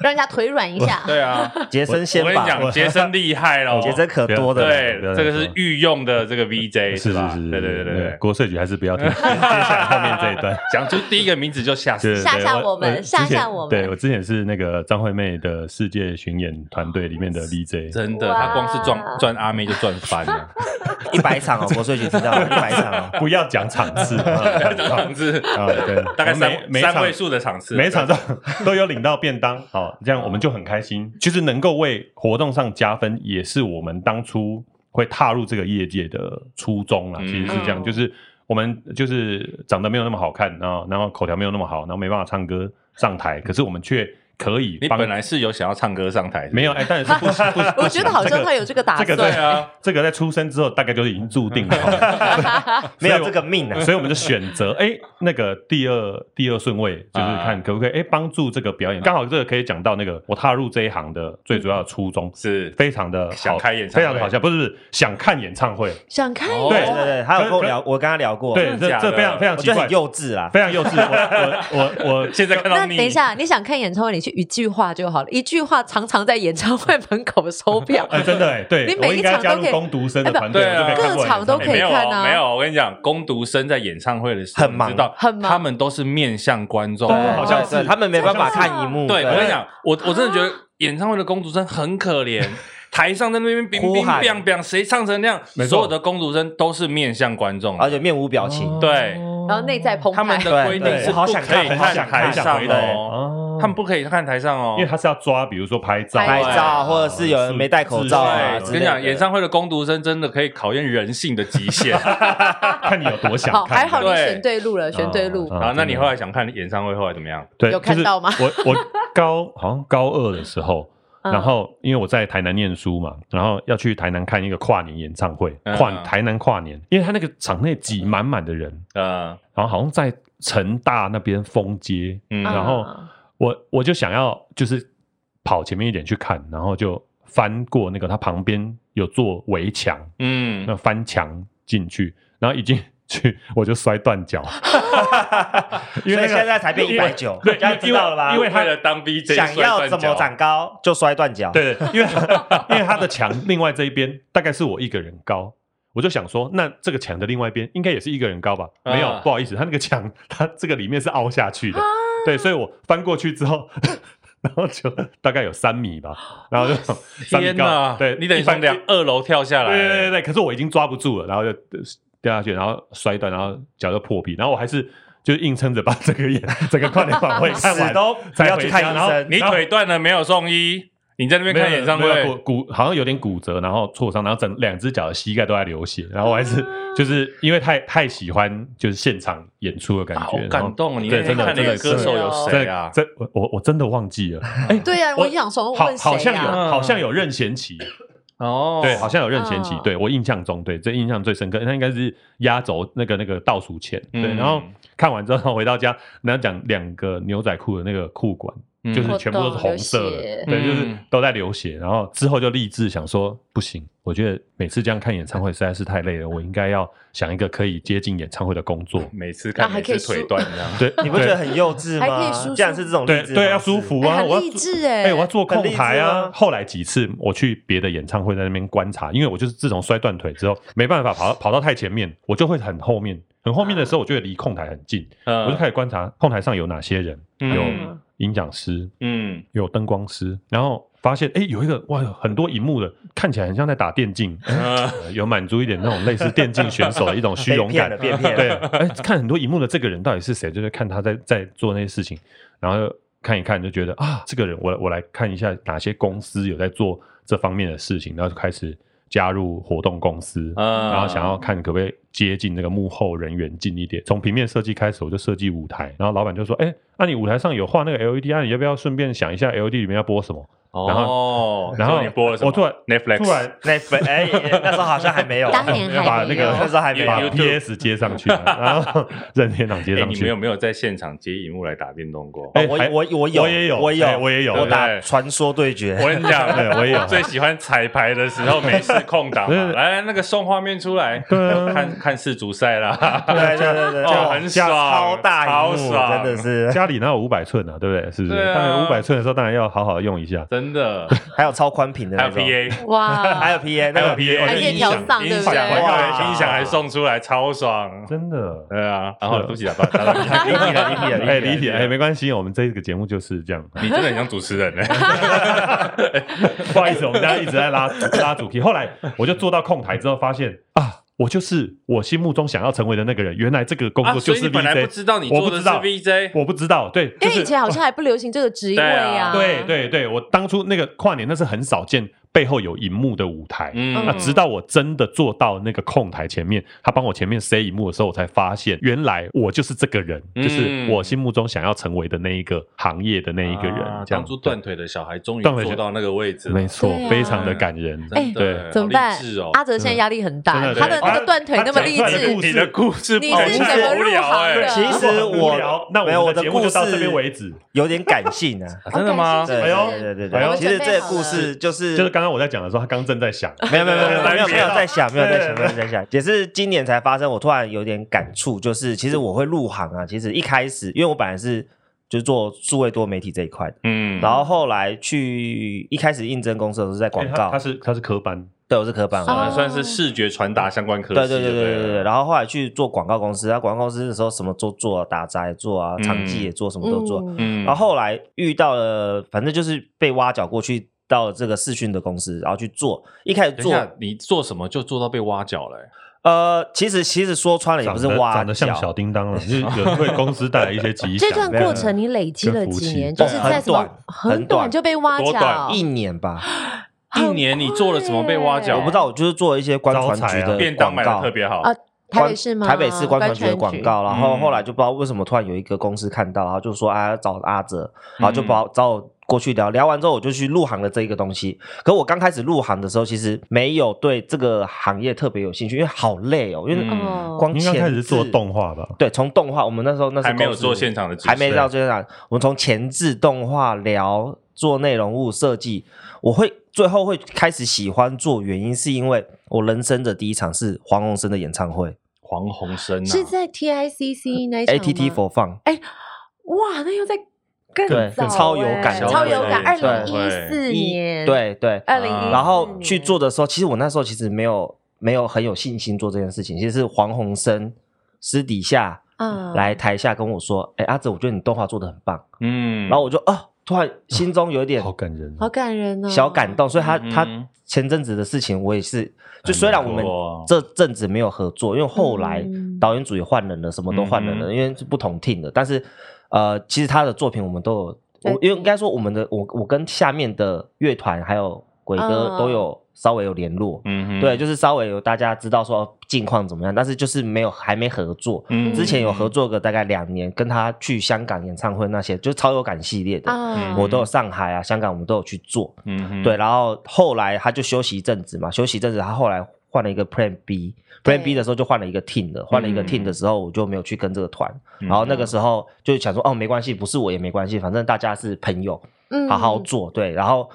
Speaker 4: 让人家腿软一下。
Speaker 1: 对啊，
Speaker 3: 杰森
Speaker 1: 我
Speaker 3: 先
Speaker 1: 跟你
Speaker 3: 吧，
Speaker 1: 讲，杰森厉害 了，
Speaker 3: 杰森可多的了，
Speaker 1: 对
Speaker 2: 不要，再
Speaker 1: 这个
Speaker 2: 说
Speaker 1: 是御用的这个 VJ
Speaker 2: 是
Speaker 1: 吧？
Speaker 2: 是是，
Speaker 1: 对对对对
Speaker 2: 那个
Speaker 1: 对，
Speaker 2: 国税局还是不要听 接下来后面这一段。
Speaker 1: 讲出第一个名字就 吓死
Speaker 2: 对
Speaker 1: 人。
Speaker 4: 吓
Speaker 2: 对
Speaker 4: 吓
Speaker 2: 我
Speaker 4: 我们
Speaker 2: 呃
Speaker 4: 吓
Speaker 2: 之前
Speaker 4: 吓我们
Speaker 2: 对我之前是那个张惠妹的世界巡演团队里 面的 VJ，
Speaker 1: 真的，
Speaker 4: 哇
Speaker 1: 他光是赚赚阿妹就赚翻了，
Speaker 3: 一百场 哦，国税局知道一百 场哦，
Speaker 2: 不要讲场次，
Speaker 1: 场 次
Speaker 2: 啊，对，
Speaker 1: 大概
Speaker 2: 每
Speaker 1: 三
Speaker 2: 每
Speaker 1: 三位
Speaker 2: 场
Speaker 1: 数的场次，
Speaker 2: 每场都都有领到便当，好，这样我们就很开心。其实能够为活动上加分，也是我们当初会踏入这个业界的初衷啦。
Speaker 1: 嗯
Speaker 2: 其实是这样，
Speaker 4: 嗯
Speaker 2: 就是我们就是长得没有那么好看，然后然后口条没有那么好，然后没办法唱歌上台，可是我们却可以
Speaker 1: 你
Speaker 2: 帮
Speaker 1: 本来是有想要唱歌上台，
Speaker 2: 没有，哎，但是不 行，不行
Speaker 4: 我觉得好
Speaker 2: 这
Speaker 4: 像
Speaker 2: 个
Speaker 4: 他有这个打
Speaker 2: 这个
Speaker 1: 对
Speaker 4: 算。
Speaker 1: 啊，
Speaker 2: 这个在出生之后大概就已经注定
Speaker 1: 嗯
Speaker 2: 了，哦
Speaker 3: 没有这个命啊，
Speaker 2: 所以我们就选择哎那个第二第二顺位，就是看可不可以哎帮助这个表
Speaker 1: 嗯
Speaker 2: 演。刚好这个可以讲到那个我踏入这一行的最主要的初衷，
Speaker 1: 是
Speaker 2: 非常的好
Speaker 1: 嗯想开演唱会
Speaker 2: 非常的好笑，不是不是想看演唱会，
Speaker 4: 想看
Speaker 1: 哦
Speaker 3: 对
Speaker 4: 一
Speaker 3: 对
Speaker 4: 下，
Speaker 3: 对，他有跟我聊，我跟他聊过，
Speaker 2: 对，
Speaker 1: 真的
Speaker 2: 这
Speaker 1: 假的
Speaker 2: 这非常非常
Speaker 3: 我
Speaker 2: 奇
Speaker 3: 觉得
Speaker 2: 怪
Speaker 3: 很，幼稚啊啦，
Speaker 2: 非常幼稚。我我我我，
Speaker 1: 现在看到
Speaker 4: 那
Speaker 1: 你，
Speaker 4: 等一，下，你想看演唱会，你去一句话就好了，一句话常常在演唱会门口收票
Speaker 2: 哎真的哎，对
Speaker 4: 你每一
Speaker 2: 我应该
Speaker 4: 场
Speaker 2: 加
Speaker 4: 都
Speaker 2: 入
Speaker 4: 可以
Speaker 2: 攻读生的团队，
Speaker 1: 哎不
Speaker 2: 我就可以看过
Speaker 4: 各场都
Speaker 1: 没
Speaker 2: 演唱会
Speaker 4: 可以
Speaker 1: 有
Speaker 4: 看啊
Speaker 1: 哦没有，我跟你讲，攻读生在演唱会的时候，
Speaker 3: 很忙
Speaker 1: 你知道
Speaker 4: 很忙
Speaker 1: 他们都是面向观众，
Speaker 3: 对
Speaker 2: 好像
Speaker 3: 对
Speaker 2: 是
Speaker 3: 他们没办法看荧幕，
Speaker 1: 对
Speaker 2: 啊
Speaker 1: 我跟你讲，我我真的觉
Speaker 3: 啊
Speaker 1: 得演唱会的公主生很可 怜，台上在那边冰
Speaker 3: 呼
Speaker 1: 冰
Speaker 3: 喊
Speaker 1: 冰冰，谁唱成那样
Speaker 2: 没？错
Speaker 1: 所有的公主生都是面向观众的，
Speaker 3: 而且面无表
Speaker 2: 哦
Speaker 3: 情，
Speaker 1: 对
Speaker 4: 哦然后内在澎湃。
Speaker 1: 他们的
Speaker 3: 对
Speaker 1: 规定
Speaker 3: 对
Speaker 1: 是
Speaker 3: 我好
Speaker 1: 不
Speaker 3: 想
Speaker 1: 可以
Speaker 3: 看
Speaker 2: 好
Speaker 1: 看
Speaker 2: 想
Speaker 1: 台
Speaker 2: 看
Speaker 1: 上
Speaker 2: 对
Speaker 1: 的哦，
Speaker 2: 哦
Speaker 1: 他们不可以看台上哦
Speaker 2: 因为。他是要抓，比如说拍照啊、呃
Speaker 4: 拍
Speaker 3: 照或者是有人没戴口罩啊
Speaker 1: 对，
Speaker 3: 之
Speaker 1: 跟
Speaker 3: 类
Speaker 1: 你
Speaker 3: 的
Speaker 1: 讲，演唱会的攻读生真的可以考验人性的极 限。
Speaker 2: 看你有多想
Speaker 4: 好，
Speaker 2: 看。
Speaker 4: 还好你
Speaker 1: 对
Speaker 4: 选对路了，选对路
Speaker 2: 啊。
Speaker 1: 好，那你
Speaker 2: 真的
Speaker 1: 后来想看演唱会，后来怎么样？
Speaker 2: 对，
Speaker 4: 有看到吗
Speaker 2: 就是我我高 好像高二的时候，
Speaker 4: 嗯
Speaker 2: 然后因为我在台南念书嘛，然后要去台南看一个跨年演唱会，
Speaker 1: 嗯
Speaker 2: 跨台南跨年，因为他那个场内挤满满的人，
Speaker 1: 呃，
Speaker 2: 然后好像在成大那边封街，
Speaker 1: 嗯，
Speaker 4: 啊
Speaker 2: 然后我我就想要就是跑前面一点去看，然后就翻过那个它旁边有做围墙，
Speaker 1: 嗯，
Speaker 2: 那翻墙进去，然后一进去 我就摔断 脚，
Speaker 3: 所以
Speaker 2: 那个
Speaker 3: 现在才变
Speaker 2: 因为
Speaker 3: 190
Speaker 2: 对，
Speaker 3: 大家知道了吧
Speaker 2: 因为
Speaker 1: 为
Speaker 2: 他
Speaker 1: 了当 BJ，
Speaker 3: 想要
Speaker 1: 摔断
Speaker 3: 怎么
Speaker 1: 脚
Speaker 3: 长高就摔断脚，，
Speaker 2: 对对，因为 因为他的墙另外这一边大概是我一个人高，我就想说，那这个墙的另外一边应该也是一个人高吧？没有
Speaker 1: 啊，
Speaker 3: 啊
Speaker 2: 不好意思，他那个墙，他这个里面是凹下去的，对，所以我翻过去之后， 然后就大概有三米吧，然后就三米
Speaker 5: 天
Speaker 2: 高，
Speaker 5: 哪！
Speaker 2: 对，
Speaker 5: 你等于
Speaker 2: 一百
Speaker 5: 从两二楼跳下来，
Speaker 2: 对对对对，可是我已经抓不住了，然后就呃掉下去，然后摔断，然后脚就破皮，然后我还是就是硬撑着把整个演整个跨年晚会看
Speaker 3: 死
Speaker 2: 完，
Speaker 3: 都不要去看
Speaker 2: 才回家
Speaker 3: 医
Speaker 2: 然后
Speaker 3: 生。
Speaker 5: 你腿断了没有送医？你在那边看演唱
Speaker 2: 没有没有
Speaker 5: 会，
Speaker 2: 骨骨好像有点骨折，然后挫伤，然后整两只脚的膝盖都在流血，然后我还是就是因为太太喜欢就是现场演出的感
Speaker 5: 啊
Speaker 2: 觉，
Speaker 5: 好
Speaker 2: 然后
Speaker 5: 感动哦！你
Speaker 2: 对，
Speaker 5: 那天
Speaker 2: 真的
Speaker 5: 看那
Speaker 2: 真
Speaker 5: 个
Speaker 2: 的
Speaker 5: 歌手有
Speaker 2: 真
Speaker 5: 谁
Speaker 2: 的
Speaker 5: 啊？
Speaker 2: 真我我我真的忘记了，
Speaker 1: 对呀、啊，
Speaker 2: 我
Speaker 1: 我也想说
Speaker 2: 好
Speaker 1: 问谁
Speaker 2: 好像
Speaker 4: 哎
Speaker 1: 呀、
Speaker 2: 有好像有任贤齐，
Speaker 5: 哦，
Speaker 2: 对，好像有任贤齐
Speaker 1: 嗯，
Speaker 2: 对我印象中，对这印象最深刻，那应该是压轴那个那个倒数前，对，
Speaker 5: 嗯
Speaker 2: 然后看完之后回到家，然后讲两个牛仔裤的那个裤管，
Speaker 5: 嗯
Speaker 2: 就是全部都是红色
Speaker 1: 我懂流
Speaker 2: 的
Speaker 1: 血，
Speaker 2: 对，就是
Speaker 5: 嗯
Speaker 2: 都在流血，然后之后就立志想说，不行，我觉得每次这样看演唱会实在是太累了，我应该要想一个可以接近演唱会的工作，
Speaker 5: 每次看
Speaker 1: 然后
Speaker 5: 每
Speaker 1: 还可以
Speaker 5: 次腿
Speaker 1: 输
Speaker 5: 断这样。
Speaker 2: 对，
Speaker 3: 你不觉得很幼稚
Speaker 1: 还可以
Speaker 3: 吗
Speaker 1: 舒？舒
Speaker 3: 竟然是这种
Speaker 2: 对
Speaker 3: 励志
Speaker 2: 对对要
Speaker 3: 方
Speaker 2: 舒
Speaker 3: 式
Speaker 2: 服
Speaker 1: 哎
Speaker 2: 啊，
Speaker 1: 很
Speaker 2: 我要
Speaker 1: 励
Speaker 2: 做
Speaker 1: 志哎
Speaker 2: 哎、我要做控台
Speaker 3: 很励志
Speaker 2: 啊
Speaker 3: 啊！
Speaker 2: 后来几次我去别的演唱会，在那边观察，因为我就是自从摔断腿之后，没办法跑到跑到太前面，我就会很后面，很后面的时候，我就会离控台很近，
Speaker 5: 嗯
Speaker 2: 我就开始观察控台上有哪些人，有
Speaker 5: 嗯
Speaker 2: 音响师，
Speaker 5: 嗯，
Speaker 2: 有灯光师，然后发现哎、有一个哇，很多荧幕的，看起来很像在打电竞， 呃有满足一点那种类似电竞选手的一种虚荣感
Speaker 3: 被，骗了被骗
Speaker 2: 对，
Speaker 3: 了
Speaker 2: 哎、看很多荧幕的这个人到底是谁，就是看他在在做那些事情，然后看一看就觉得啊，这个人我我来看一下哪些公司有在做这方面的事情，然后就开始加入活动公司，
Speaker 3: 啊
Speaker 5: 嗯
Speaker 2: 然后想要看可不可以接近那个幕后人员近一点。从平面设计开始，我就设计舞台，然后老板就说，哎、那、你舞台上有画那个 LED，啊，你要不要顺便想一下 LED 里面要播什么？然
Speaker 5: 哦，
Speaker 2: 然后
Speaker 5: 所以你播了什么？
Speaker 2: 我突然
Speaker 5: Netflix，
Speaker 2: 突然
Speaker 3: 那本哎，那时候好像还没有，
Speaker 4: 当年
Speaker 2: 要把
Speaker 4: 还
Speaker 2: 那
Speaker 4: 没
Speaker 2: 个
Speaker 4: 有。
Speaker 3: 那时候还没
Speaker 2: 把
Speaker 3: 有
Speaker 5: YouTube
Speaker 2: PS 接上 去，然后任天堂接
Speaker 5: 哎，
Speaker 2: 上
Speaker 5: 你
Speaker 2: 去
Speaker 5: 们有。没有在现场接荧幕来打电动过？
Speaker 2: 哎
Speaker 3: 哦我
Speaker 2: 还
Speaker 3: 我我有，
Speaker 2: 我也有
Speaker 3: 我
Speaker 2: 哎
Speaker 3: 有，
Speaker 2: 我也有
Speaker 5: 对
Speaker 3: 我
Speaker 5: 不
Speaker 3: 打
Speaker 5: 对
Speaker 3: 传说对
Speaker 5: 我
Speaker 3: 决，
Speaker 5: 跟你讲，
Speaker 2: 对我也有
Speaker 5: 最喜欢彩排的时候，没事空档嘛，
Speaker 2: 对
Speaker 5: 来来那个送画面出来，
Speaker 2: 对啊
Speaker 5: 看看世足赛啦，
Speaker 3: 对对对对，
Speaker 5: 哦，很爽，
Speaker 3: 超大
Speaker 5: 超
Speaker 3: 荧幕，
Speaker 5: 爽，
Speaker 3: 真的是，
Speaker 2: 家里哪有五百寸啊，对不对？是不是？
Speaker 5: 对啊
Speaker 2: 当然五百寸的时候，当然要好好用一下。
Speaker 5: 真的，
Speaker 3: 还有超宽屏的
Speaker 5: 还
Speaker 3: 那
Speaker 5: 有
Speaker 3: 种，
Speaker 5: PA，
Speaker 2: 哎
Speaker 3: 还有
Speaker 4: 哇，
Speaker 3: PA，
Speaker 5: 还有
Speaker 3: 那个
Speaker 5: PA，
Speaker 1: 还可以调丧
Speaker 5: 音
Speaker 1: 对不
Speaker 5: 响，
Speaker 1: 对
Speaker 5: 对
Speaker 3: 哇
Speaker 5: 音响还送出来，超爽。
Speaker 2: 真的，
Speaker 5: 对啊，然后对不起啊，把打扰你了
Speaker 3: 离题了，离题了，
Speaker 2: 哎，
Speaker 3: 离
Speaker 2: 理
Speaker 3: 题
Speaker 2: 解，
Speaker 3: 了。
Speaker 2: 哎，没关系，我们这个节目就是这 样。
Speaker 5: 你真的很像主持人呢。
Speaker 2: 不好意思，我们大家一直在拉 拉主题。后来我就坐到控台之后，发现啊，我就是我心目中想要成为的那个人。原来这个工
Speaker 5: 啊，
Speaker 2: 作
Speaker 5: 所以
Speaker 2: 就
Speaker 5: 你
Speaker 2: 是
Speaker 5: 本来不
Speaker 2: VJ，
Speaker 5: 知道你做的是
Speaker 2: 我不
Speaker 5: VJ，
Speaker 2: 我不知道，对，就
Speaker 4: 因哎为以
Speaker 2: 是
Speaker 4: 前好像还不流行这个职位
Speaker 5: 对
Speaker 4: 啊
Speaker 5: 啊。
Speaker 2: 对对对，我当初那个跨年那是很少见，背后有荧幕的舞台。那
Speaker 5: 嗯
Speaker 2: 直到我真的坐到那个控台前面，他帮我前面塞荧幕的时候，我才发现原来我就是这个人，
Speaker 5: 嗯
Speaker 2: 就是我心目中想要成为的那一个行业的那一个人。
Speaker 5: 啊
Speaker 2: 这样
Speaker 5: 当初断腿的小孩终于
Speaker 2: 断腿
Speaker 5: 坐到那个位置了，
Speaker 2: 没哎错，
Speaker 4: 对啊
Speaker 2: 非常的感人。
Speaker 5: 真的，
Speaker 2: 对
Speaker 4: 怎么办啊
Speaker 5: 好励志哦？
Speaker 4: 阿泽现在压力很大
Speaker 2: 真的，真
Speaker 4: 啊他
Speaker 2: 的
Speaker 4: 的那个断腿那么励
Speaker 2: 他讲出来的故
Speaker 4: 志，
Speaker 5: 你
Speaker 2: 事
Speaker 5: 的故事
Speaker 4: 你
Speaker 5: 好
Speaker 4: 是怎么入行
Speaker 2: 哎
Speaker 4: 的？
Speaker 3: 其实
Speaker 2: 很无聊那
Speaker 3: 没有
Speaker 2: 我
Speaker 3: 我
Speaker 2: 们的
Speaker 3: 的
Speaker 2: 节目
Speaker 3: 故
Speaker 2: 就
Speaker 3: 事
Speaker 2: 到这边为止。
Speaker 3: 有点感性啊。
Speaker 5: 真的吗
Speaker 4: 好感谢
Speaker 3: 对
Speaker 2: 哎呦
Speaker 3: 对对对
Speaker 2: 哎呦
Speaker 3: 对，其实这个故
Speaker 1: 我们
Speaker 3: 事就 是
Speaker 2: 就是刚刚我在讲的时候，他刚正 在想，
Speaker 3: 没有没有没有没有没有
Speaker 2: 别
Speaker 3: 没
Speaker 2: 了
Speaker 3: 有在想，没有在想，
Speaker 2: 对
Speaker 3: 没有在想，也是今年才发生。我突然有点感触，就是其实我会入行啊，其实一开始因为我本来是就是做数位多媒体这一块的，
Speaker 5: 嗯
Speaker 3: 然后后来去一开始应征公司的时候是在广
Speaker 2: 哎他
Speaker 3: 告
Speaker 2: 他，是他是科班，
Speaker 3: 对，我是科班嘛，
Speaker 5: 算
Speaker 4: 哦
Speaker 5: 算是视觉传达相关科
Speaker 3: 对
Speaker 5: 系，
Speaker 3: 对对对对对。
Speaker 5: 后
Speaker 3: 然后后来去做广告公司，然后广告公司的时候什么都做，打杂也做啊，场记也做，什么都做。
Speaker 4: 嗯，
Speaker 5: 嗯
Speaker 3: 然后后来遇到了，反正就是被挖角过去到了这个视讯的公司，然后去做。一开始
Speaker 5: 等一
Speaker 3: 做，
Speaker 5: 下，你做什么就做到被挖角了欸？
Speaker 3: 呃，其实其实说穿了也
Speaker 2: 长
Speaker 3: 不是
Speaker 2: 得
Speaker 3: 挖
Speaker 2: 长得像
Speaker 3: 角，
Speaker 2: 小叮当了，就是有人为公司带来一 些吉祥。
Speaker 4: 这段过程你累积了几年，
Speaker 2: 跟
Speaker 4: 就
Speaker 2: 福
Speaker 4: 是
Speaker 2: 气
Speaker 4: 在
Speaker 3: 很
Speaker 4: 什么
Speaker 3: 短
Speaker 4: 很
Speaker 3: 很短
Speaker 4: 短就被挖
Speaker 5: 多
Speaker 4: 角
Speaker 5: 短，
Speaker 3: 一年吧，
Speaker 5: 一
Speaker 4: 很
Speaker 5: 年你做了什么被挖角？
Speaker 4: 对
Speaker 3: 我不知道，我就是做一些官
Speaker 2: 招
Speaker 3: 船
Speaker 2: 财
Speaker 3: 局
Speaker 2: 啊
Speaker 3: 的
Speaker 5: 便当
Speaker 3: 广
Speaker 5: 买的
Speaker 3: 告
Speaker 5: 特。别好
Speaker 4: 啊台北市吗？
Speaker 3: 台北市官船局
Speaker 4: 传
Speaker 3: 的广，告，然后
Speaker 5: 嗯
Speaker 3: 后来就不知道为什么突然有一个公司看到，然后就说啊要找阿哲，然后就
Speaker 5: 嗯
Speaker 3: 把我找我过去聊，聊完之后我就去入行了这一个东西。可我刚开始入行的时候，其实没有对这个行业特别有兴趣，因为好累哦，因为
Speaker 5: 嗯
Speaker 4: 哦，
Speaker 3: 光
Speaker 2: 你应该
Speaker 3: 前
Speaker 2: 开始做
Speaker 3: 置
Speaker 2: 动画吧？
Speaker 3: 对，从动画，我们那时候那时
Speaker 5: 还
Speaker 3: 候
Speaker 5: 没有
Speaker 3: 公司
Speaker 5: 做现场的制作
Speaker 3: 还没到现场。我们从前置动画聊做内容物设计，我会最后会开始喜欢做，原因是因为我人生的第一场是黄鸿升的演唱会
Speaker 5: 黄鸿升啊
Speaker 2: 嗯
Speaker 4: 是在 TICC 那一场吗
Speaker 3: ，ATT 佛放。
Speaker 4: 哎，哇，那又在更
Speaker 3: 对
Speaker 4: 早欸
Speaker 3: 超有感
Speaker 4: 超有感。二
Speaker 5: 对
Speaker 4: 零一四年，，嗯
Speaker 3: 对对，
Speaker 4: 二零一，
Speaker 3: 然后去做的时候，其实我那时候其实没有没有很有信心做这件事情，其实是黄鸿升私底下
Speaker 4: 啊
Speaker 3: 来台下跟我说：“哎、阿哲，我觉得你动画做的很棒。”
Speaker 5: 嗯
Speaker 3: 然后我就哦，突然心中有一点
Speaker 2: 好感人哦，
Speaker 4: 好感人哦，
Speaker 3: 小感动，所以他
Speaker 1: 嗯
Speaker 3: 他前阵子的事情，我也是，就虽然我们
Speaker 1: 难过哦
Speaker 3: 这阵子没有合作，因为后来
Speaker 4: 嗯
Speaker 3: 导演组也换人了，什么都换人
Speaker 1: 嗯
Speaker 3: 了，因为是不同 team 的，但是呃，其实他的作品我们都有，
Speaker 4: 对
Speaker 3: 我因为应该说我们的我我跟下面的乐团还有鬼哥
Speaker 4: 嗯
Speaker 3: 都有稍微有联络，
Speaker 1: 嗯哼，
Speaker 3: 对，就是稍微有大家知道说哦近况怎么样，但是就是没有还没合作。
Speaker 1: 嗯
Speaker 3: 之前有合作个大概两年，跟他去香港演唱会那些，就是超有感系列的，
Speaker 4: 啊，
Speaker 3: 我都有上海啊、香港，我们都有去做。
Speaker 1: 嗯哼，
Speaker 3: 对，然后后来他就休息一阵子嘛，休息一阵子，他后来换了一个 Plan B，Plan
Speaker 4: 对
Speaker 3: B 的时候就换了一个 team 的，换了一个 team 的时候，我就没有去跟这个团。然后那个时候就想说，哦，没关系，不是我也没关系，反正大家是朋友，
Speaker 4: 嗯
Speaker 3: 好好做。对，然后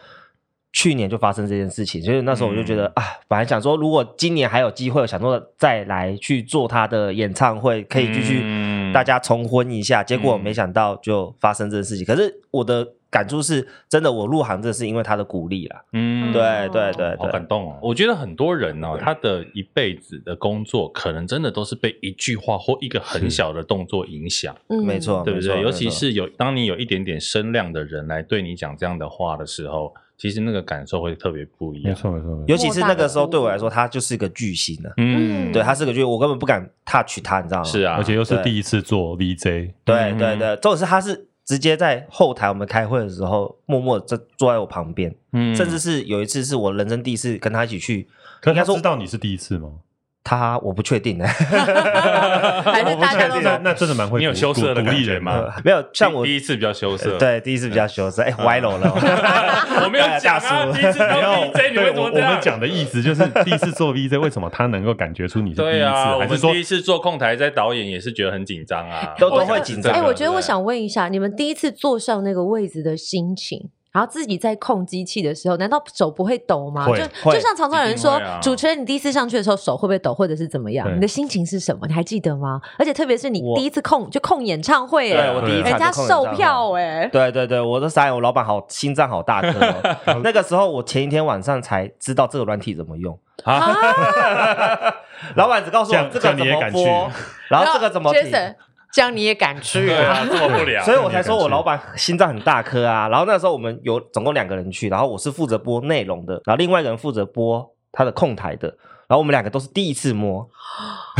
Speaker 3: 去年就发生这件事情，所以那时候我就觉
Speaker 1: 嗯
Speaker 3: 得啊，本来想说如果今年还有机会，我想说再来去做他的演唱会，可以继续
Speaker 1: 嗯
Speaker 3: 大家重婚一下。结果
Speaker 1: 嗯
Speaker 3: 没想到就发生这件事情。可是我的感触是，真的我入行这是因为他的鼓励啦。
Speaker 1: 嗯
Speaker 3: 对对对
Speaker 1: 好
Speaker 3: 对
Speaker 1: 感，动哦！我觉得很多人哦，他的一辈子的工作，可能真的都是被一句话或一个很小的动作影响，
Speaker 4: 嗯
Speaker 3: 没，错，
Speaker 1: 对不
Speaker 3: 嗯哦没错
Speaker 1: 对？
Speaker 3: 没
Speaker 1: 尤其
Speaker 3: 错
Speaker 1: 是有当你有一点点声量的人来对你讲这样的话的时候，其实那个感受会特别不一
Speaker 2: 没
Speaker 1: 样。
Speaker 2: 错没错，没错
Speaker 3: 尤其是那个时候对我来说，他就是个巨星啊。
Speaker 1: 嗯，
Speaker 3: 对他是个巨星，我根本不敢 touch 他，你知道吗？
Speaker 1: 是啊，
Speaker 2: 而且又是
Speaker 3: 对
Speaker 2: 第一次做 VJ，
Speaker 3: 对
Speaker 1: 嗯
Speaker 3: 对对，重点是他是直接在后台我们开会的时候，默默在坐在我旁边，
Speaker 1: 嗯
Speaker 3: 甚至是有一次是我人生第一次跟他一起去，
Speaker 2: 可
Speaker 3: 应
Speaker 2: 是
Speaker 3: 该
Speaker 2: 他
Speaker 3: 说
Speaker 2: 知道你是第一次吗？
Speaker 3: 他我不确 定呢，
Speaker 4: 还是大家
Speaker 2: 我
Speaker 4: 都
Speaker 2: 不确定那那真的蛮会
Speaker 1: 你有
Speaker 2: 鼓
Speaker 1: 羞涩的
Speaker 2: 鼓
Speaker 1: 感
Speaker 2: 励
Speaker 1: 觉
Speaker 2: 人
Speaker 1: 吗
Speaker 2: 的。
Speaker 3: 没有像我呃
Speaker 1: 第第一次比较羞涩，
Speaker 3: 对第一次比较羞涩，哎歪楼了，
Speaker 1: 我没有讲
Speaker 3: 大
Speaker 1: 啊，
Speaker 3: 叔
Speaker 1: 第一次当
Speaker 2: 没有，
Speaker 1: DJ 你为
Speaker 2: 对，
Speaker 1: 什
Speaker 2: 我
Speaker 1: 么
Speaker 2: 我
Speaker 1: 这样
Speaker 2: 们？讲的意思就是第一次做 VJ，为什么他能够感觉出你是第一
Speaker 1: 对
Speaker 2: 次？
Speaker 1: 啊，我
Speaker 2: 还是
Speaker 1: 们
Speaker 2: 说
Speaker 1: 第一次做控台，在导演也是觉得很紧张啊，
Speaker 3: 都
Speaker 4: 我
Speaker 3: 都会紧张啊
Speaker 4: 哎，我觉得
Speaker 1: 对
Speaker 4: 我想问一下，你们第一次坐上那个位置的心情。然后自己在控机器的时候，难道手不会抖吗？
Speaker 2: 会
Speaker 4: 就
Speaker 3: 会
Speaker 4: 就像常常有人说
Speaker 1: 一定会啊，
Speaker 4: 主持人你第一次上去的时候手会不会抖，或者是怎么样？
Speaker 2: 对
Speaker 4: 你的心情是什么？你还记得吗？而且特别是你
Speaker 3: 我
Speaker 4: 第一次控就控演唱会，哎，
Speaker 3: 对我第一场
Speaker 4: 人家
Speaker 3: 就控演
Speaker 4: 售
Speaker 3: 唱会
Speaker 4: 票哎，
Speaker 3: 对对对，我都傻眼，我老板好心脏好大颗 哦，那个时候我前一天晚上才知道这个软体怎么用，
Speaker 1: 啊，
Speaker 3: 老板只告诉
Speaker 2: 这
Speaker 3: 我
Speaker 2: 样
Speaker 3: 这个
Speaker 2: 这样你
Speaker 3: 怎
Speaker 2: 也
Speaker 3: 么
Speaker 2: 敢
Speaker 3: 播
Speaker 2: 去，
Speaker 3: 然后这个怎么停。
Speaker 4: Jason，这样你也敢去
Speaker 1: 对
Speaker 4: 啊？
Speaker 1: 啊，做不了，
Speaker 3: 所以我才说
Speaker 2: 那你也敢
Speaker 3: 我
Speaker 2: 去
Speaker 3: 老板心脏很大颗啊。然后那时候我们有总共两个人去，然后我是负责播内容的，然后另外一个人负责播他的控台的。然后我们两个都是第一次摸，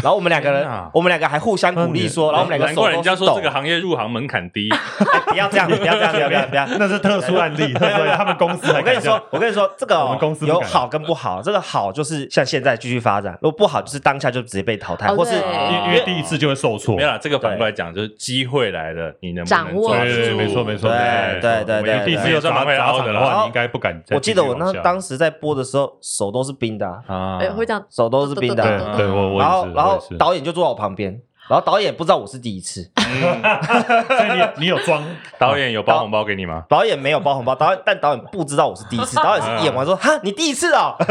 Speaker 3: 然后我们两个人
Speaker 1: 天哪，
Speaker 3: 我们两个还互相鼓励说，然后我们两个
Speaker 1: 难
Speaker 3: 手
Speaker 1: 怪人
Speaker 3: 都
Speaker 1: 家
Speaker 3: 是
Speaker 1: 说
Speaker 3: 抖
Speaker 1: 这。个行业入行门槛低，
Speaker 3: 哎不要这样，不要这样，不要不要不要。
Speaker 2: 哎 那是特殊案 例，特殊案例他们公司还
Speaker 3: 我跟你
Speaker 2: 敢这样
Speaker 3: 说，我跟你说，这个哦
Speaker 2: 我们公司不
Speaker 3: 有
Speaker 2: 敢
Speaker 3: 好跟不好，这个好就是像现在继续发展，如果不好就是当下就直接被淘汰，
Speaker 4: 哦
Speaker 3: 或是
Speaker 4: 对
Speaker 2: 因为因为第一次就会受挫
Speaker 1: 啊没有，啦，这个反过来讲，就是机会来了，你能不能
Speaker 4: 掌握
Speaker 1: 抓
Speaker 2: 对对对
Speaker 1: 住
Speaker 2: 没错没错，
Speaker 3: 对对对对
Speaker 2: 因为第一次就砸砸场的
Speaker 3: 然
Speaker 2: 话，
Speaker 3: 后
Speaker 2: 你应该不敢再继续
Speaker 3: 我
Speaker 2: 往下。
Speaker 3: 记得我那当时在播的时候，手都是冰的啊，
Speaker 1: 啊
Speaker 4: 哎，会这样，
Speaker 3: 手都是冰的啊。
Speaker 2: 对对，我我
Speaker 3: 然
Speaker 2: 也
Speaker 3: 后
Speaker 2: 是，我
Speaker 3: 然
Speaker 2: 也
Speaker 3: 后
Speaker 2: 是。
Speaker 3: 导演就坐在我旁边，然后导演不知道我是第一次，
Speaker 2: 所以你你有装
Speaker 1: 导演有包红包给你吗？
Speaker 3: 导演没有包红包，导演但导演不知道我是第一次，导演是演完说哈你第一次哦，
Speaker 1: 我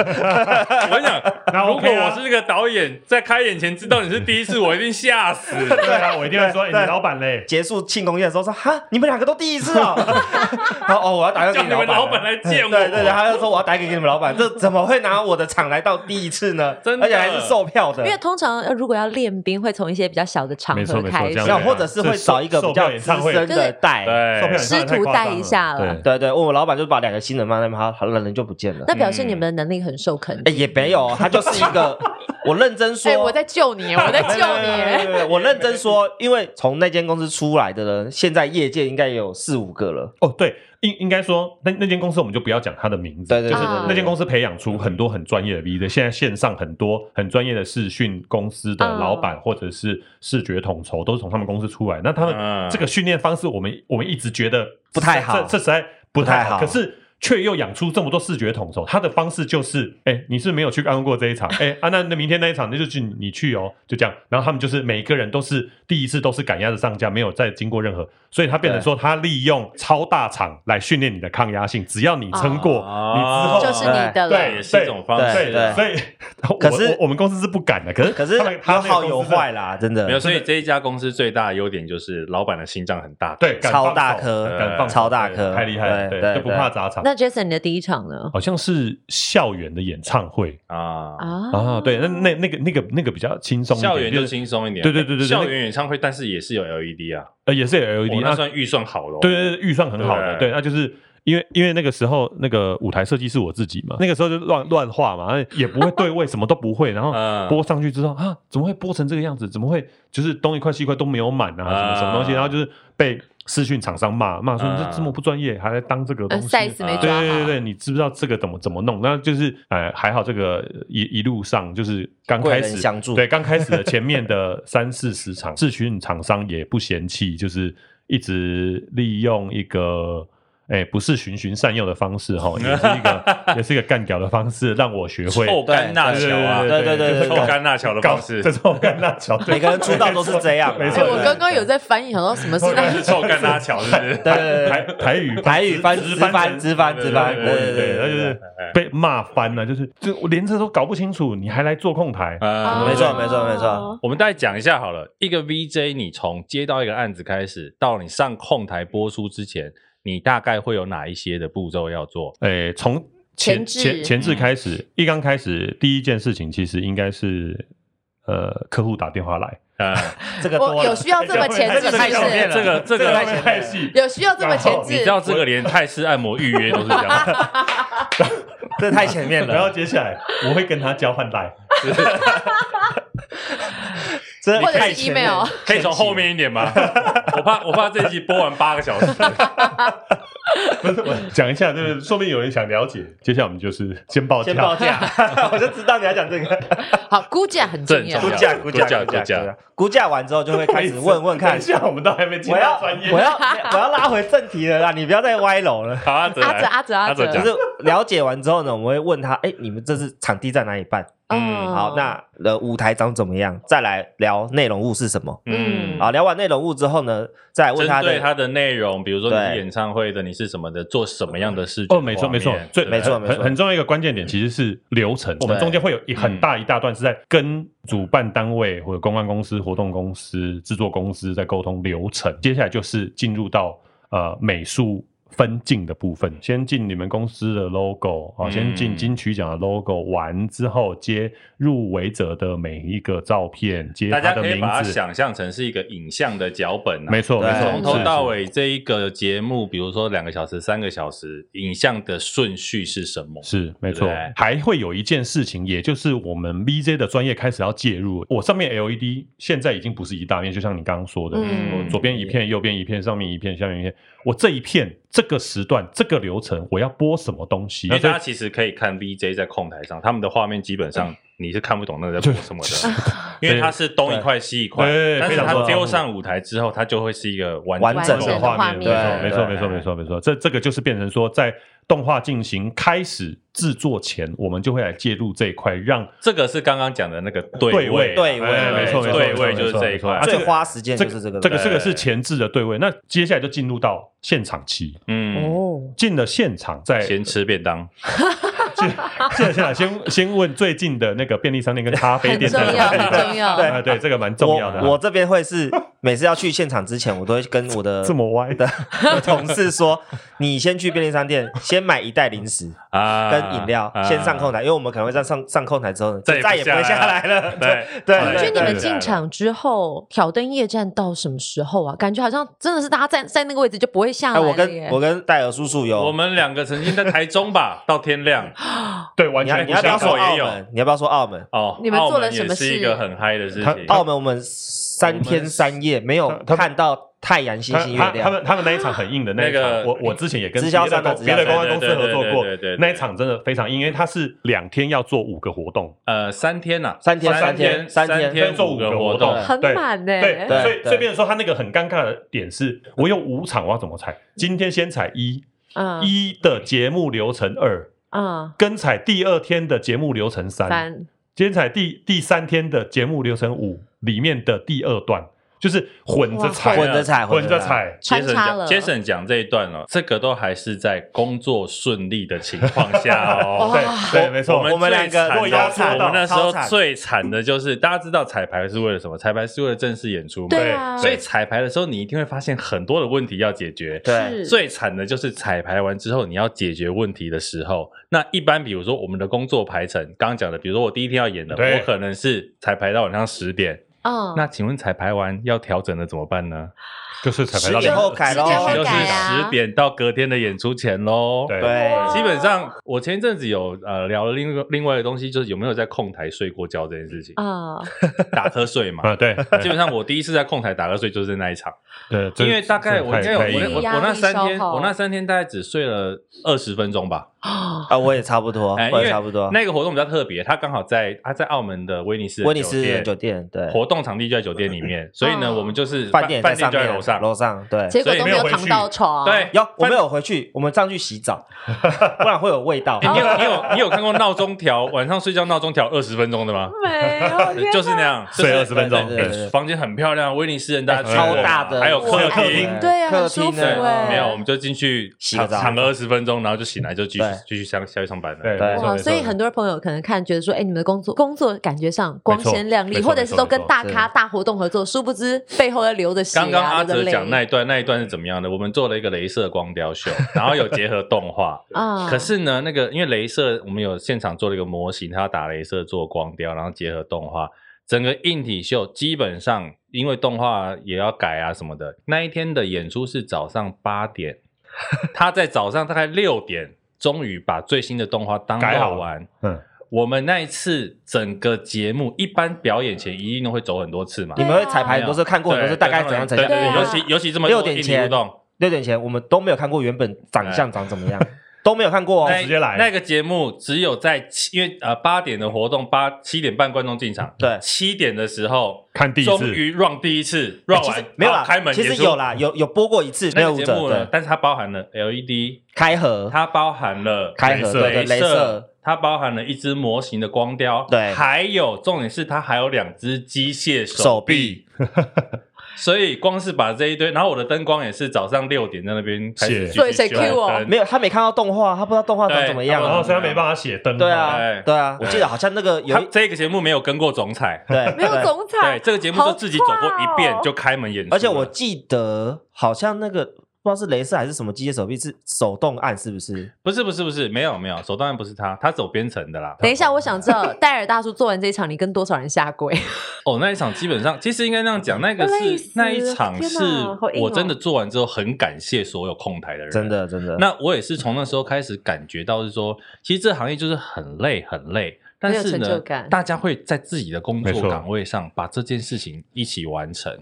Speaker 1: 跟你讲，
Speaker 2: 那
Speaker 1: 如果
Speaker 2: OK 啊
Speaker 1: 我是这个导演，在开演前知道你是第一次，我一定吓 死。
Speaker 2: 对啊，我一定会说，哎，你
Speaker 3: 对
Speaker 2: 老板嘞，
Speaker 3: 结束庆功宴的时候说哈你们两个都第一次哦， 然后哦我要打电
Speaker 1: 叫
Speaker 3: 话
Speaker 1: 你
Speaker 3: 给
Speaker 1: 们老
Speaker 3: 老
Speaker 2: 啊
Speaker 1: 板
Speaker 3: 板了。
Speaker 1: 来见我。
Speaker 3: 对对对，他就说我要打给你们老板，这 怎么会拿我的场来到第一次呢？
Speaker 1: 真的
Speaker 3: 而且还是售票的
Speaker 4: 因，为通常呃如果要练兵，会从一些比较小的场
Speaker 2: 没错
Speaker 4: 合
Speaker 2: 没错
Speaker 4: 开
Speaker 2: 这
Speaker 4: 始
Speaker 2: 样
Speaker 3: 然
Speaker 2: 子
Speaker 3: 后或者是会找一个比
Speaker 2: 售票
Speaker 3: 较
Speaker 2: 演
Speaker 3: 资
Speaker 2: 唱会
Speaker 3: 深的带。
Speaker 2: 售
Speaker 1: 对，
Speaker 2: 票演唱会太
Speaker 4: 师徒
Speaker 2: 夸张
Speaker 4: 带一下了
Speaker 2: 对
Speaker 3: 对对，问我老板就把两个新人放在那边，他人就不见了。
Speaker 4: 那表示你们的能力很受肯
Speaker 3: 哎
Speaker 4: 定。
Speaker 3: 也没有，他就是一个，我认真 说，没有没有
Speaker 4: 救你，哎我在
Speaker 3: 没有没有我认真说，因为从那间公司出来的人，现在业界应该也有四五个了。
Speaker 2: 哦，对，应应该说，那那间公司我们就不要讲它的名字，
Speaker 3: 对对
Speaker 2: 就是
Speaker 4: 对对对
Speaker 2: 那间公司培养出很多很专业的 V 的，现在线上很多很专业的视讯公司
Speaker 3: 嗯
Speaker 2: 的老板或者是视觉统筹都是从他们公司出来，那他
Speaker 1: 嗯
Speaker 2: 们这个训练方式，我们我们一直觉得
Speaker 3: 不太好
Speaker 2: 这这实在不太好，
Speaker 3: 不太好
Speaker 2: 可是。却又养出这么多视觉统筹，他的方式就是，哎、你是没有去看过这一场，哎、啊，那那明天那一场那就去你你去哦，就这样。然后他们就是每个人都是第一次都是赶鸭子上架，没有再经过任何，所以他变成
Speaker 3: 对
Speaker 2: 说他利用超大场来训练你的抗压性，只要你撑过，
Speaker 1: 哦
Speaker 2: 你之后
Speaker 4: 就是你的
Speaker 2: 对
Speaker 4: 了。
Speaker 1: 也是一种方式
Speaker 3: 对对
Speaker 1: 啊。
Speaker 2: 所以，
Speaker 3: 可是
Speaker 2: 我我我们公司是不敢的，可是
Speaker 3: 可是
Speaker 2: 他们他
Speaker 3: 有
Speaker 2: 那个
Speaker 3: 好有
Speaker 2: 公司是
Speaker 3: 坏，啦，真的
Speaker 1: 没有，所以这一家公司最大的优点就是老板的心脏很大。
Speaker 2: 对，敢
Speaker 3: 超
Speaker 2: 放
Speaker 3: 大
Speaker 2: 手
Speaker 3: 颗
Speaker 2: 敢放手
Speaker 3: 超大颗
Speaker 2: 对太厉害了，
Speaker 3: 对
Speaker 2: 对，
Speaker 3: 对
Speaker 2: 就不怕砸场。
Speaker 4: 那 Jason 你的第一场呢？
Speaker 2: 好像是校园的演唱会
Speaker 1: 啊，
Speaker 4: 啊
Speaker 2: 啊，对，那那那个那个那个比较轻松一点，
Speaker 1: 校园
Speaker 2: 就
Speaker 1: 就是轻松一点，
Speaker 2: 对对对对对
Speaker 1: 校园演唱会，但是也是有 LED 啊，
Speaker 2: 呃也是有
Speaker 1: 我
Speaker 2: LED，
Speaker 1: 那算预算好了，
Speaker 2: 对对对，预算很好的，
Speaker 1: 对
Speaker 2: 对，那就是。因为因为那个时候那个舞台设计是我自己嘛，那个时候就乱乱画嘛，也不会对位，什么都不会。然后
Speaker 1: 嗯
Speaker 2: 播上去之后啊，怎么会播成这个样子？怎么会就是东一块西一块都没有满啊？什么
Speaker 1: 啊
Speaker 2: 什么东西？然后就是被视讯厂商骂骂说
Speaker 1: 嗯
Speaker 2: 你这这么不专业，还来当这个东
Speaker 4: 呃
Speaker 2: 西。
Speaker 4: ，size 没
Speaker 1: 啊
Speaker 4: 抓
Speaker 2: 对
Speaker 4: 好，
Speaker 2: 对对对，你知不知道这个怎么怎么弄？那就是呃，还好这个呃一一路上就是刚
Speaker 3: 贵
Speaker 2: 开
Speaker 3: 人
Speaker 2: 始
Speaker 3: 相助
Speaker 2: 对，刚开始的前面的三四十场，咨询厂商也不嫌弃，就是一直利用一个。哎，不是循循善诱的方式哈，也是一个也是一个干屌的方式，让我学会
Speaker 1: 臭干辣椒啊，
Speaker 3: 对对对对对对对
Speaker 1: 臭干辣椒的
Speaker 2: 搞
Speaker 1: 方式
Speaker 2: 这，种干辣椒。对
Speaker 3: 每个人出道都是这样啊，
Speaker 2: 没
Speaker 4: 哎，
Speaker 2: 错
Speaker 4: 我刚刚有在翻译，想到什么是
Speaker 1: 臭 干臭干辣椒是不是？
Speaker 3: 对对
Speaker 2: 台
Speaker 3: 对
Speaker 2: 台语
Speaker 3: 对，台语翻直翻直翻直翻，
Speaker 1: 对
Speaker 3: 对
Speaker 1: 对
Speaker 3: 对
Speaker 2: 对
Speaker 3: 对
Speaker 2: 对，那
Speaker 3: 对
Speaker 2: 就
Speaker 3: 对
Speaker 2: 是被骂翻了，就是就我连这都搞不清楚，你还来做控 台，
Speaker 1: 啊
Speaker 4: 啊
Speaker 3: 没错没错没错。
Speaker 1: 我们大概讲一下好了，一个 VJ，你从接到一个案子开始，到你上控台播出之前，你大概会有哪一些的步骤要做？
Speaker 2: 诶，从
Speaker 4: 前
Speaker 2: 前
Speaker 4: 置
Speaker 2: 前前置开始，一刚开始第一件事情其实应该是呃客户打电话来，
Speaker 1: 呃，
Speaker 3: 这个多
Speaker 4: 我
Speaker 3: 了
Speaker 4: 有需要这么前
Speaker 3: 这
Speaker 4: 置
Speaker 3: 个
Speaker 4: 是不
Speaker 3: 太
Speaker 4: 是？
Speaker 1: 这个这个
Speaker 3: 太
Speaker 2: 太
Speaker 3: 太
Speaker 2: 细，
Speaker 4: 有需要这么前
Speaker 1: 你
Speaker 4: 置
Speaker 1: 知？道这个连泰式按摩预约都是这样，
Speaker 3: 这太前面
Speaker 2: 然后
Speaker 3: 了，
Speaker 2: 接下来我会跟他交换来，
Speaker 3: 这
Speaker 4: 或者
Speaker 3: 太
Speaker 4: 是
Speaker 3: 前面
Speaker 4: email
Speaker 3: 了
Speaker 1: 可以从后面一点吗？我怕我怕这一集播完八个小时，
Speaker 2: 不是我讲一下，就是说明有人想了解。接下来我们就是先报
Speaker 3: 先报
Speaker 2: 价，
Speaker 3: 价，我就知道你要讲这个。
Speaker 4: 好，估价很重要
Speaker 1: 正
Speaker 3: 估
Speaker 1: 重。
Speaker 3: 价，估
Speaker 1: 估
Speaker 3: 价，
Speaker 1: 价
Speaker 3: 估
Speaker 1: 估价
Speaker 3: 价，估价完之后就会开始问
Speaker 2: 等
Speaker 3: 问看
Speaker 2: 一。下我们都还没进
Speaker 3: 我要，
Speaker 2: 到专业，
Speaker 3: 我要，我要拉回正题了啦！你不要再歪楼了。
Speaker 1: 好，阿哲
Speaker 4: 阿
Speaker 1: 来
Speaker 4: 哲阿哲阿
Speaker 1: 阿哲
Speaker 4: 哲，
Speaker 1: 讲
Speaker 3: 就是了解完之后呢，我们会问他：哎，你们这次场地在哪里办？
Speaker 2: 哦
Speaker 4: 嗯
Speaker 3: 好，那呃舞台长怎么样？再来聊内容物是什么？
Speaker 4: 嗯
Speaker 3: 好，聊完内容物之后呢，再来问他
Speaker 1: 针
Speaker 3: 的
Speaker 1: 对它的内容，比如说你是
Speaker 3: 对
Speaker 1: 演唱会的，你是什么的，做什么样的事情？
Speaker 2: 哦，没错没错，最
Speaker 3: 没错
Speaker 2: 很
Speaker 3: 没错
Speaker 2: 很很重要一个关键点其实是流程，我们中间会有一很大一大段是在跟主办单位或者公关公司、活动公司、制作公司在沟通流程，接下来就是进入到呃美术。分镜的部分，先进你们公司的 logo 啊，
Speaker 1: 嗯
Speaker 2: 先进金曲奖的 logo，完之后接入围者的每一个照片，接
Speaker 1: 大
Speaker 2: 他
Speaker 1: 家
Speaker 2: 的
Speaker 1: 可以
Speaker 2: 名
Speaker 1: 把它
Speaker 2: 字，
Speaker 1: 想象成是一个影像的脚本、啊，
Speaker 2: 没错，没
Speaker 3: 对
Speaker 2: 错，
Speaker 1: 从头
Speaker 2: 是
Speaker 1: 到
Speaker 2: 是
Speaker 1: 尾这一个节目，比如说两个小时、三个小时，影像的顺序是什么？
Speaker 2: 是
Speaker 1: 对
Speaker 2: 没错
Speaker 1: 不对，
Speaker 2: 还会有一件事情，也就是我们 VJ 的专业开始要介入。我上面 LED 现在已经不是一大面，就像你刚刚说的，
Speaker 4: 嗯
Speaker 2: 我左边一片，右边一片，上面一片，下面一片。我这一片，这个时段，这个流程，我要播什么东西？
Speaker 1: 因为
Speaker 2: 所以
Speaker 1: 大家其实可以看 VJ 在控台上，他们的画面基本
Speaker 2: 嗯
Speaker 1: 上你是看不懂那个在播什么 的，因为它是东一块西一块，
Speaker 2: 对
Speaker 1: 但是
Speaker 2: 非常
Speaker 1: 它
Speaker 2: 多
Speaker 1: 丢上舞台之后，它就会是一个完
Speaker 3: 完整
Speaker 2: 这
Speaker 3: 的
Speaker 2: 种
Speaker 4: 画
Speaker 2: 画
Speaker 4: 面
Speaker 2: 面，没
Speaker 3: 对
Speaker 2: 错，没错，没错，没错，没错。这这个就是变成说，在动画进行开始制作前，我们就会来介入这一块，让
Speaker 1: 这个是刚刚讲的那个对
Speaker 2: 对
Speaker 1: 位，
Speaker 2: 位
Speaker 3: 对位
Speaker 1: 哎
Speaker 2: 没错没错
Speaker 1: 对位
Speaker 2: 没错
Speaker 1: 就是这一块
Speaker 2: 没错没错啊。
Speaker 3: 最
Speaker 2: 这个
Speaker 3: 花时间
Speaker 2: 这
Speaker 3: 就是这个
Speaker 2: 这个
Speaker 1: 对
Speaker 2: 这个是前置的对位。那接下来就进入到现场期。
Speaker 1: 嗯，
Speaker 4: 哦，
Speaker 2: 进了现场，再
Speaker 1: 先吃便当，
Speaker 2: 进进现场先先问最近的那个便利商店跟咖啡
Speaker 4: 很
Speaker 2: 店
Speaker 4: 重
Speaker 2: 在
Speaker 4: 要
Speaker 2: 哪
Speaker 4: 很
Speaker 2: 里。
Speaker 4: 重要。
Speaker 3: 对
Speaker 2: 啊，对，这个蛮重要的啊。
Speaker 3: 我我这边会是每次要去现场之前，我都会跟我的
Speaker 2: 这么歪
Speaker 3: 的的同事说，你先去便利商店先买一袋零食
Speaker 1: 啊，
Speaker 3: 跟饮料，先上控
Speaker 1: 台，
Speaker 3: 台，因为我们可能会在上上控台之后
Speaker 1: 再
Speaker 3: 再
Speaker 1: 也不
Speaker 3: 再也不会
Speaker 1: 下
Speaker 3: 下
Speaker 1: 来
Speaker 3: 来了。
Speaker 1: 对
Speaker 3: 对对
Speaker 1: 好
Speaker 4: 我
Speaker 1: 的
Speaker 4: 觉得你
Speaker 1: 对
Speaker 4: 们
Speaker 1: 对
Speaker 4: 进场之后，挑灯夜战到什么时候啊？感觉好像真的是大家在在那个位置就不会下
Speaker 3: 哎，
Speaker 4: 来
Speaker 3: 我
Speaker 4: 了耶
Speaker 3: 跟我。跟戴尔叔叔
Speaker 1: 我
Speaker 3: 有，
Speaker 1: 们两个曾经在台中 吧，到天亮
Speaker 2: 对，完
Speaker 3: 你要
Speaker 2: 全
Speaker 3: 你
Speaker 2: 不
Speaker 3: 要不要
Speaker 2: 相
Speaker 1: 我
Speaker 3: 说
Speaker 2: 关。
Speaker 1: 也
Speaker 3: 澳
Speaker 1: 有
Speaker 3: 门？你要不要说澳门？
Speaker 1: 哦。
Speaker 4: 你们做了
Speaker 1: 澳门
Speaker 4: 什么
Speaker 1: 也是一
Speaker 4: 事
Speaker 1: 个很嗨的事
Speaker 2: 他
Speaker 1: 情，
Speaker 3: 澳门我们三天三夜没有
Speaker 2: 他他
Speaker 3: 看到太阳、星
Speaker 2: 他
Speaker 3: 星、
Speaker 2: 他
Speaker 3: 月
Speaker 2: 他
Speaker 3: 亮，
Speaker 2: 们他们那一场很硬的那一场，
Speaker 1: 那个
Speaker 2: 我我之前也跟
Speaker 3: 直
Speaker 2: 别
Speaker 3: 销商
Speaker 2: 的
Speaker 3: 啊
Speaker 2: 公别
Speaker 3: 直
Speaker 2: 的
Speaker 3: 销
Speaker 2: 公
Speaker 3: 商
Speaker 2: 关公司合
Speaker 1: 对
Speaker 2: 作
Speaker 1: 对
Speaker 2: 过
Speaker 1: 对对对对，
Speaker 2: 那一场真的非常硬，因为它是两天要做五个活动，
Speaker 1: 呃，三天呐、
Speaker 3: 三天
Speaker 1: 三
Speaker 3: 三
Speaker 1: 三
Speaker 3: 天
Speaker 1: 天，
Speaker 3: 三天
Speaker 1: 做五个活动
Speaker 3: 对，
Speaker 4: 很
Speaker 2: 对
Speaker 4: 满呢、
Speaker 2: 对，
Speaker 3: 对
Speaker 2: 所以所
Speaker 3: 对
Speaker 2: 以变成说他那个很尴尬的点是，我有五场，我要怎么踩？今天先踩一，
Speaker 4: 嗯
Speaker 2: 一的节目流程二，
Speaker 4: 嗯，
Speaker 2: 跟踩第二天的节目流程三，
Speaker 4: 三
Speaker 2: 今天踩第第三天的节目流程五里面的第二段。就是混着踩啊，
Speaker 3: 哇混着踩
Speaker 2: 混
Speaker 3: 混
Speaker 2: 着
Speaker 3: 着
Speaker 2: 踩
Speaker 3: 踩。
Speaker 1: 杰森
Speaker 4: 穿插了
Speaker 1: 讲，杰森讲这一段哦，这个都还是在工作顺利的情况下 哦。
Speaker 2: 对对，没错，
Speaker 1: 我们
Speaker 3: 我们两个
Speaker 1: 最
Speaker 2: 都压
Speaker 1: 惨的
Speaker 2: 缩到
Speaker 1: 我们那时
Speaker 3: 超
Speaker 1: 候
Speaker 3: 惨
Speaker 1: 最惨的就是，大家知道彩排是为了什么？彩排是为了正式演出嘛。
Speaker 4: 对啊，
Speaker 1: 所以彩排的时候，你一定会发现很多的问题要解决。
Speaker 3: 对，
Speaker 4: 是
Speaker 1: 最惨的就是彩排完之后，你要解决问题的时候，那一般比如说我们的工作排程，刚刚讲的，比如说我第一天要演的，
Speaker 2: 对
Speaker 1: 我可能是彩排到晚上十点，
Speaker 4: 嗯，
Speaker 1: 那请问彩排完要调整的怎么办呢？
Speaker 2: 就是彩排到
Speaker 3: 十点后改咯
Speaker 4: 十点
Speaker 1: 就
Speaker 4: 后
Speaker 1: 是
Speaker 4: 改啊
Speaker 1: 十点到隔天的演出前喽。
Speaker 2: 对
Speaker 3: 对，
Speaker 1: 基本上我前一阵子有呃聊了另一个另外的东西，就是有没有在控台睡过觉这件事情，
Speaker 4: 啊，
Speaker 1: 打瞌睡嘛。
Speaker 2: 啊，对
Speaker 1: 基本上我第一次在控台打瞌睡就是那一场，
Speaker 2: 对，这
Speaker 1: 因为大概我应该有我
Speaker 2: 太太硬
Speaker 1: 那我
Speaker 2: 了
Speaker 1: 我那三天
Speaker 4: 压力消耗
Speaker 1: 我那三天大概只睡了二十分钟吧，
Speaker 3: 啊，我也差不多，
Speaker 1: 哎，
Speaker 3: 我
Speaker 1: 因
Speaker 3: 也
Speaker 1: 为
Speaker 3: 差不多。
Speaker 1: 那个活动比较特别，它刚好在它在澳门的威尼斯的
Speaker 3: 威尼斯
Speaker 1: 店
Speaker 3: 的酒店对，
Speaker 1: 活动场地就在酒店里面，所以呢，
Speaker 4: 哦
Speaker 1: 我们就是
Speaker 3: 饭店也在
Speaker 1: 饭店
Speaker 3: 上
Speaker 1: 就在
Speaker 3: 面，
Speaker 1: 楼上，
Speaker 3: 楼上对。
Speaker 4: 结果都没
Speaker 2: 所以没
Speaker 4: 有
Speaker 2: 有回
Speaker 4: 躺
Speaker 2: 去
Speaker 4: 到床，
Speaker 1: 对，
Speaker 3: 有，我们有回去，我们上去洗澡，不然会有味道。
Speaker 1: 你有你有你有看过闹钟调晚上睡觉闹钟调二十分钟的吗？
Speaker 4: 没有，天
Speaker 1: 就是那样，就是
Speaker 2: 睡20分钟
Speaker 1: 对对对
Speaker 3: 对哎
Speaker 1: 房间很漂亮，威尼斯人大家去
Speaker 2: 超
Speaker 1: 过
Speaker 3: 大的
Speaker 1: 还有
Speaker 4: 我
Speaker 1: 客
Speaker 4: 哎
Speaker 1: 厅。
Speaker 4: 对啊，
Speaker 3: 客
Speaker 4: 很舒
Speaker 3: 厅
Speaker 4: 服
Speaker 1: 对
Speaker 3: 啊
Speaker 4: 哎，，
Speaker 1: 没有，我们就进去
Speaker 3: 洗
Speaker 1: 躺
Speaker 3: 个澡
Speaker 1: 躺个二十分钟，然后就醒来，就继续
Speaker 3: 对
Speaker 1: 继续上下去上班了。
Speaker 2: 对
Speaker 3: 对
Speaker 2: 没错
Speaker 4: 哇，
Speaker 2: 没错
Speaker 4: 所以很多朋友可能看觉得说，哎、你们的工作工作感觉上光鲜亮
Speaker 2: 没
Speaker 4: 丽，
Speaker 2: 错
Speaker 4: 或者是都跟大
Speaker 3: 没错
Speaker 4: 咖大活动合作，殊不知背后要流的血、啊、
Speaker 1: 刚刚阿
Speaker 4: 流的
Speaker 1: 哲
Speaker 4: 泪
Speaker 1: 讲那一段，那一段是怎么样的？我们做了一个镭射光雕秀，然后有结合动画。
Speaker 4: 啊，
Speaker 1: 可是呢，那个因为镭射，我们有现场做了一个模型，它要打镭射做光雕，然后结合动画，整个硬体秀基本上因为动画也要改啊什么的。那一天的演出是早上八点， 他在早上大概六点，终于把最新的动画当
Speaker 2: 改好
Speaker 1: 完。
Speaker 2: 嗯，
Speaker 1: 我们那一次整个节目，一般表演前一定都会走很多次嘛
Speaker 3: 你，们会彩排很多次，看过很
Speaker 1: 对
Speaker 3: 多次，大概怎样怎
Speaker 1: 对对对，
Speaker 3: 样。
Speaker 4: 对
Speaker 1: 尤
Speaker 4: 啊
Speaker 1: 其尤其这么
Speaker 3: 六点
Speaker 1: 硬体
Speaker 3: 前
Speaker 1: 互动。
Speaker 3: 六点前我们都没有看过原本长相长怎么样，
Speaker 1: 哎
Speaker 3: 都没有看过哦。
Speaker 1: 那
Speaker 2: 直接来
Speaker 1: 那个节目只有在七，因为呃八点的活动，八七点半观众进场，
Speaker 3: 对
Speaker 1: 七点的时候
Speaker 2: 看第一
Speaker 1: 终
Speaker 2: 次，
Speaker 1: 于 run 第一次，run
Speaker 3: 哎其
Speaker 1: 完
Speaker 3: 实没有
Speaker 1: 然
Speaker 3: 啦
Speaker 1: 后哎开门，
Speaker 3: 其实有。啦，有有播过一次，
Speaker 1: 那
Speaker 3: 没有
Speaker 1: 个
Speaker 3: 舞
Speaker 1: 节
Speaker 3: 者
Speaker 1: 目呢
Speaker 3: 对，，
Speaker 1: 但是它包含了 LED，
Speaker 3: 开合
Speaker 1: 它包含了
Speaker 3: 开合
Speaker 2: 镭射
Speaker 3: 对对
Speaker 1: 镭
Speaker 3: 镭射，
Speaker 1: 它包含了一只模型的光雕，
Speaker 3: 对
Speaker 1: 还有重点是它还有两只机械
Speaker 3: 手臂，
Speaker 1: 所以光是把这一堆，然后我的灯光也是早上六点在那边开始
Speaker 2: 是
Speaker 1: 继续
Speaker 4: 所以谁
Speaker 1: 修灯
Speaker 4: cue 我
Speaker 3: 没有，他没看到动画，他不知道动画长怎么样
Speaker 1: 对
Speaker 2: 然后
Speaker 3: 啊。
Speaker 2: 所以他没办法写灯号，
Speaker 3: 对
Speaker 1: 对
Speaker 3: 啊，对
Speaker 1: 哎
Speaker 3: 啊，我记得好像那个有
Speaker 1: 他
Speaker 3: 一
Speaker 1: 这个节目没有跟过总裁，
Speaker 3: 对
Speaker 4: 嗯没有
Speaker 3: 对
Speaker 4: 总
Speaker 1: 对
Speaker 4: 裁，
Speaker 1: 这个节目就自己走过一遍
Speaker 4: 好快哦
Speaker 1: 就开门演出了，
Speaker 3: 而且我记得好像那个不知道是镭射还是什么机械手臂是手动按，是不是？
Speaker 1: 不是不是不是没有没有，手当然不是他，他走编程的啦。
Speaker 4: 等一下，我想知道戴尔大叔做完这一场，你跟多少人下跪？
Speaker 1: 哦，那一场基本上其实应该那样讲，那个
Speaker 4: 累
Speaker 1: 是
Speaker 4: 死
Speaker 1: 那一场
Speaker 4: 天
Speaker 1: 是
Speaker 4: 哪好硬哦
Speaker 1: 我真的做完之后很感谢所有控台的人，
Speaker 3: 真。的真的，
Speaker 1: 那我也是从那时候开始感觉到是说，其实这行业就是很累很累，但是
Speaker 4: 没有成
Speaker 1: 呢
Speaker 4: 就，感
Speaker 1: 大家会在自己的工
Speaker 2: 没
Speaker 1: 作
Speaker 2: 错
Speaker 1: 岗位上把这件事情一起完成，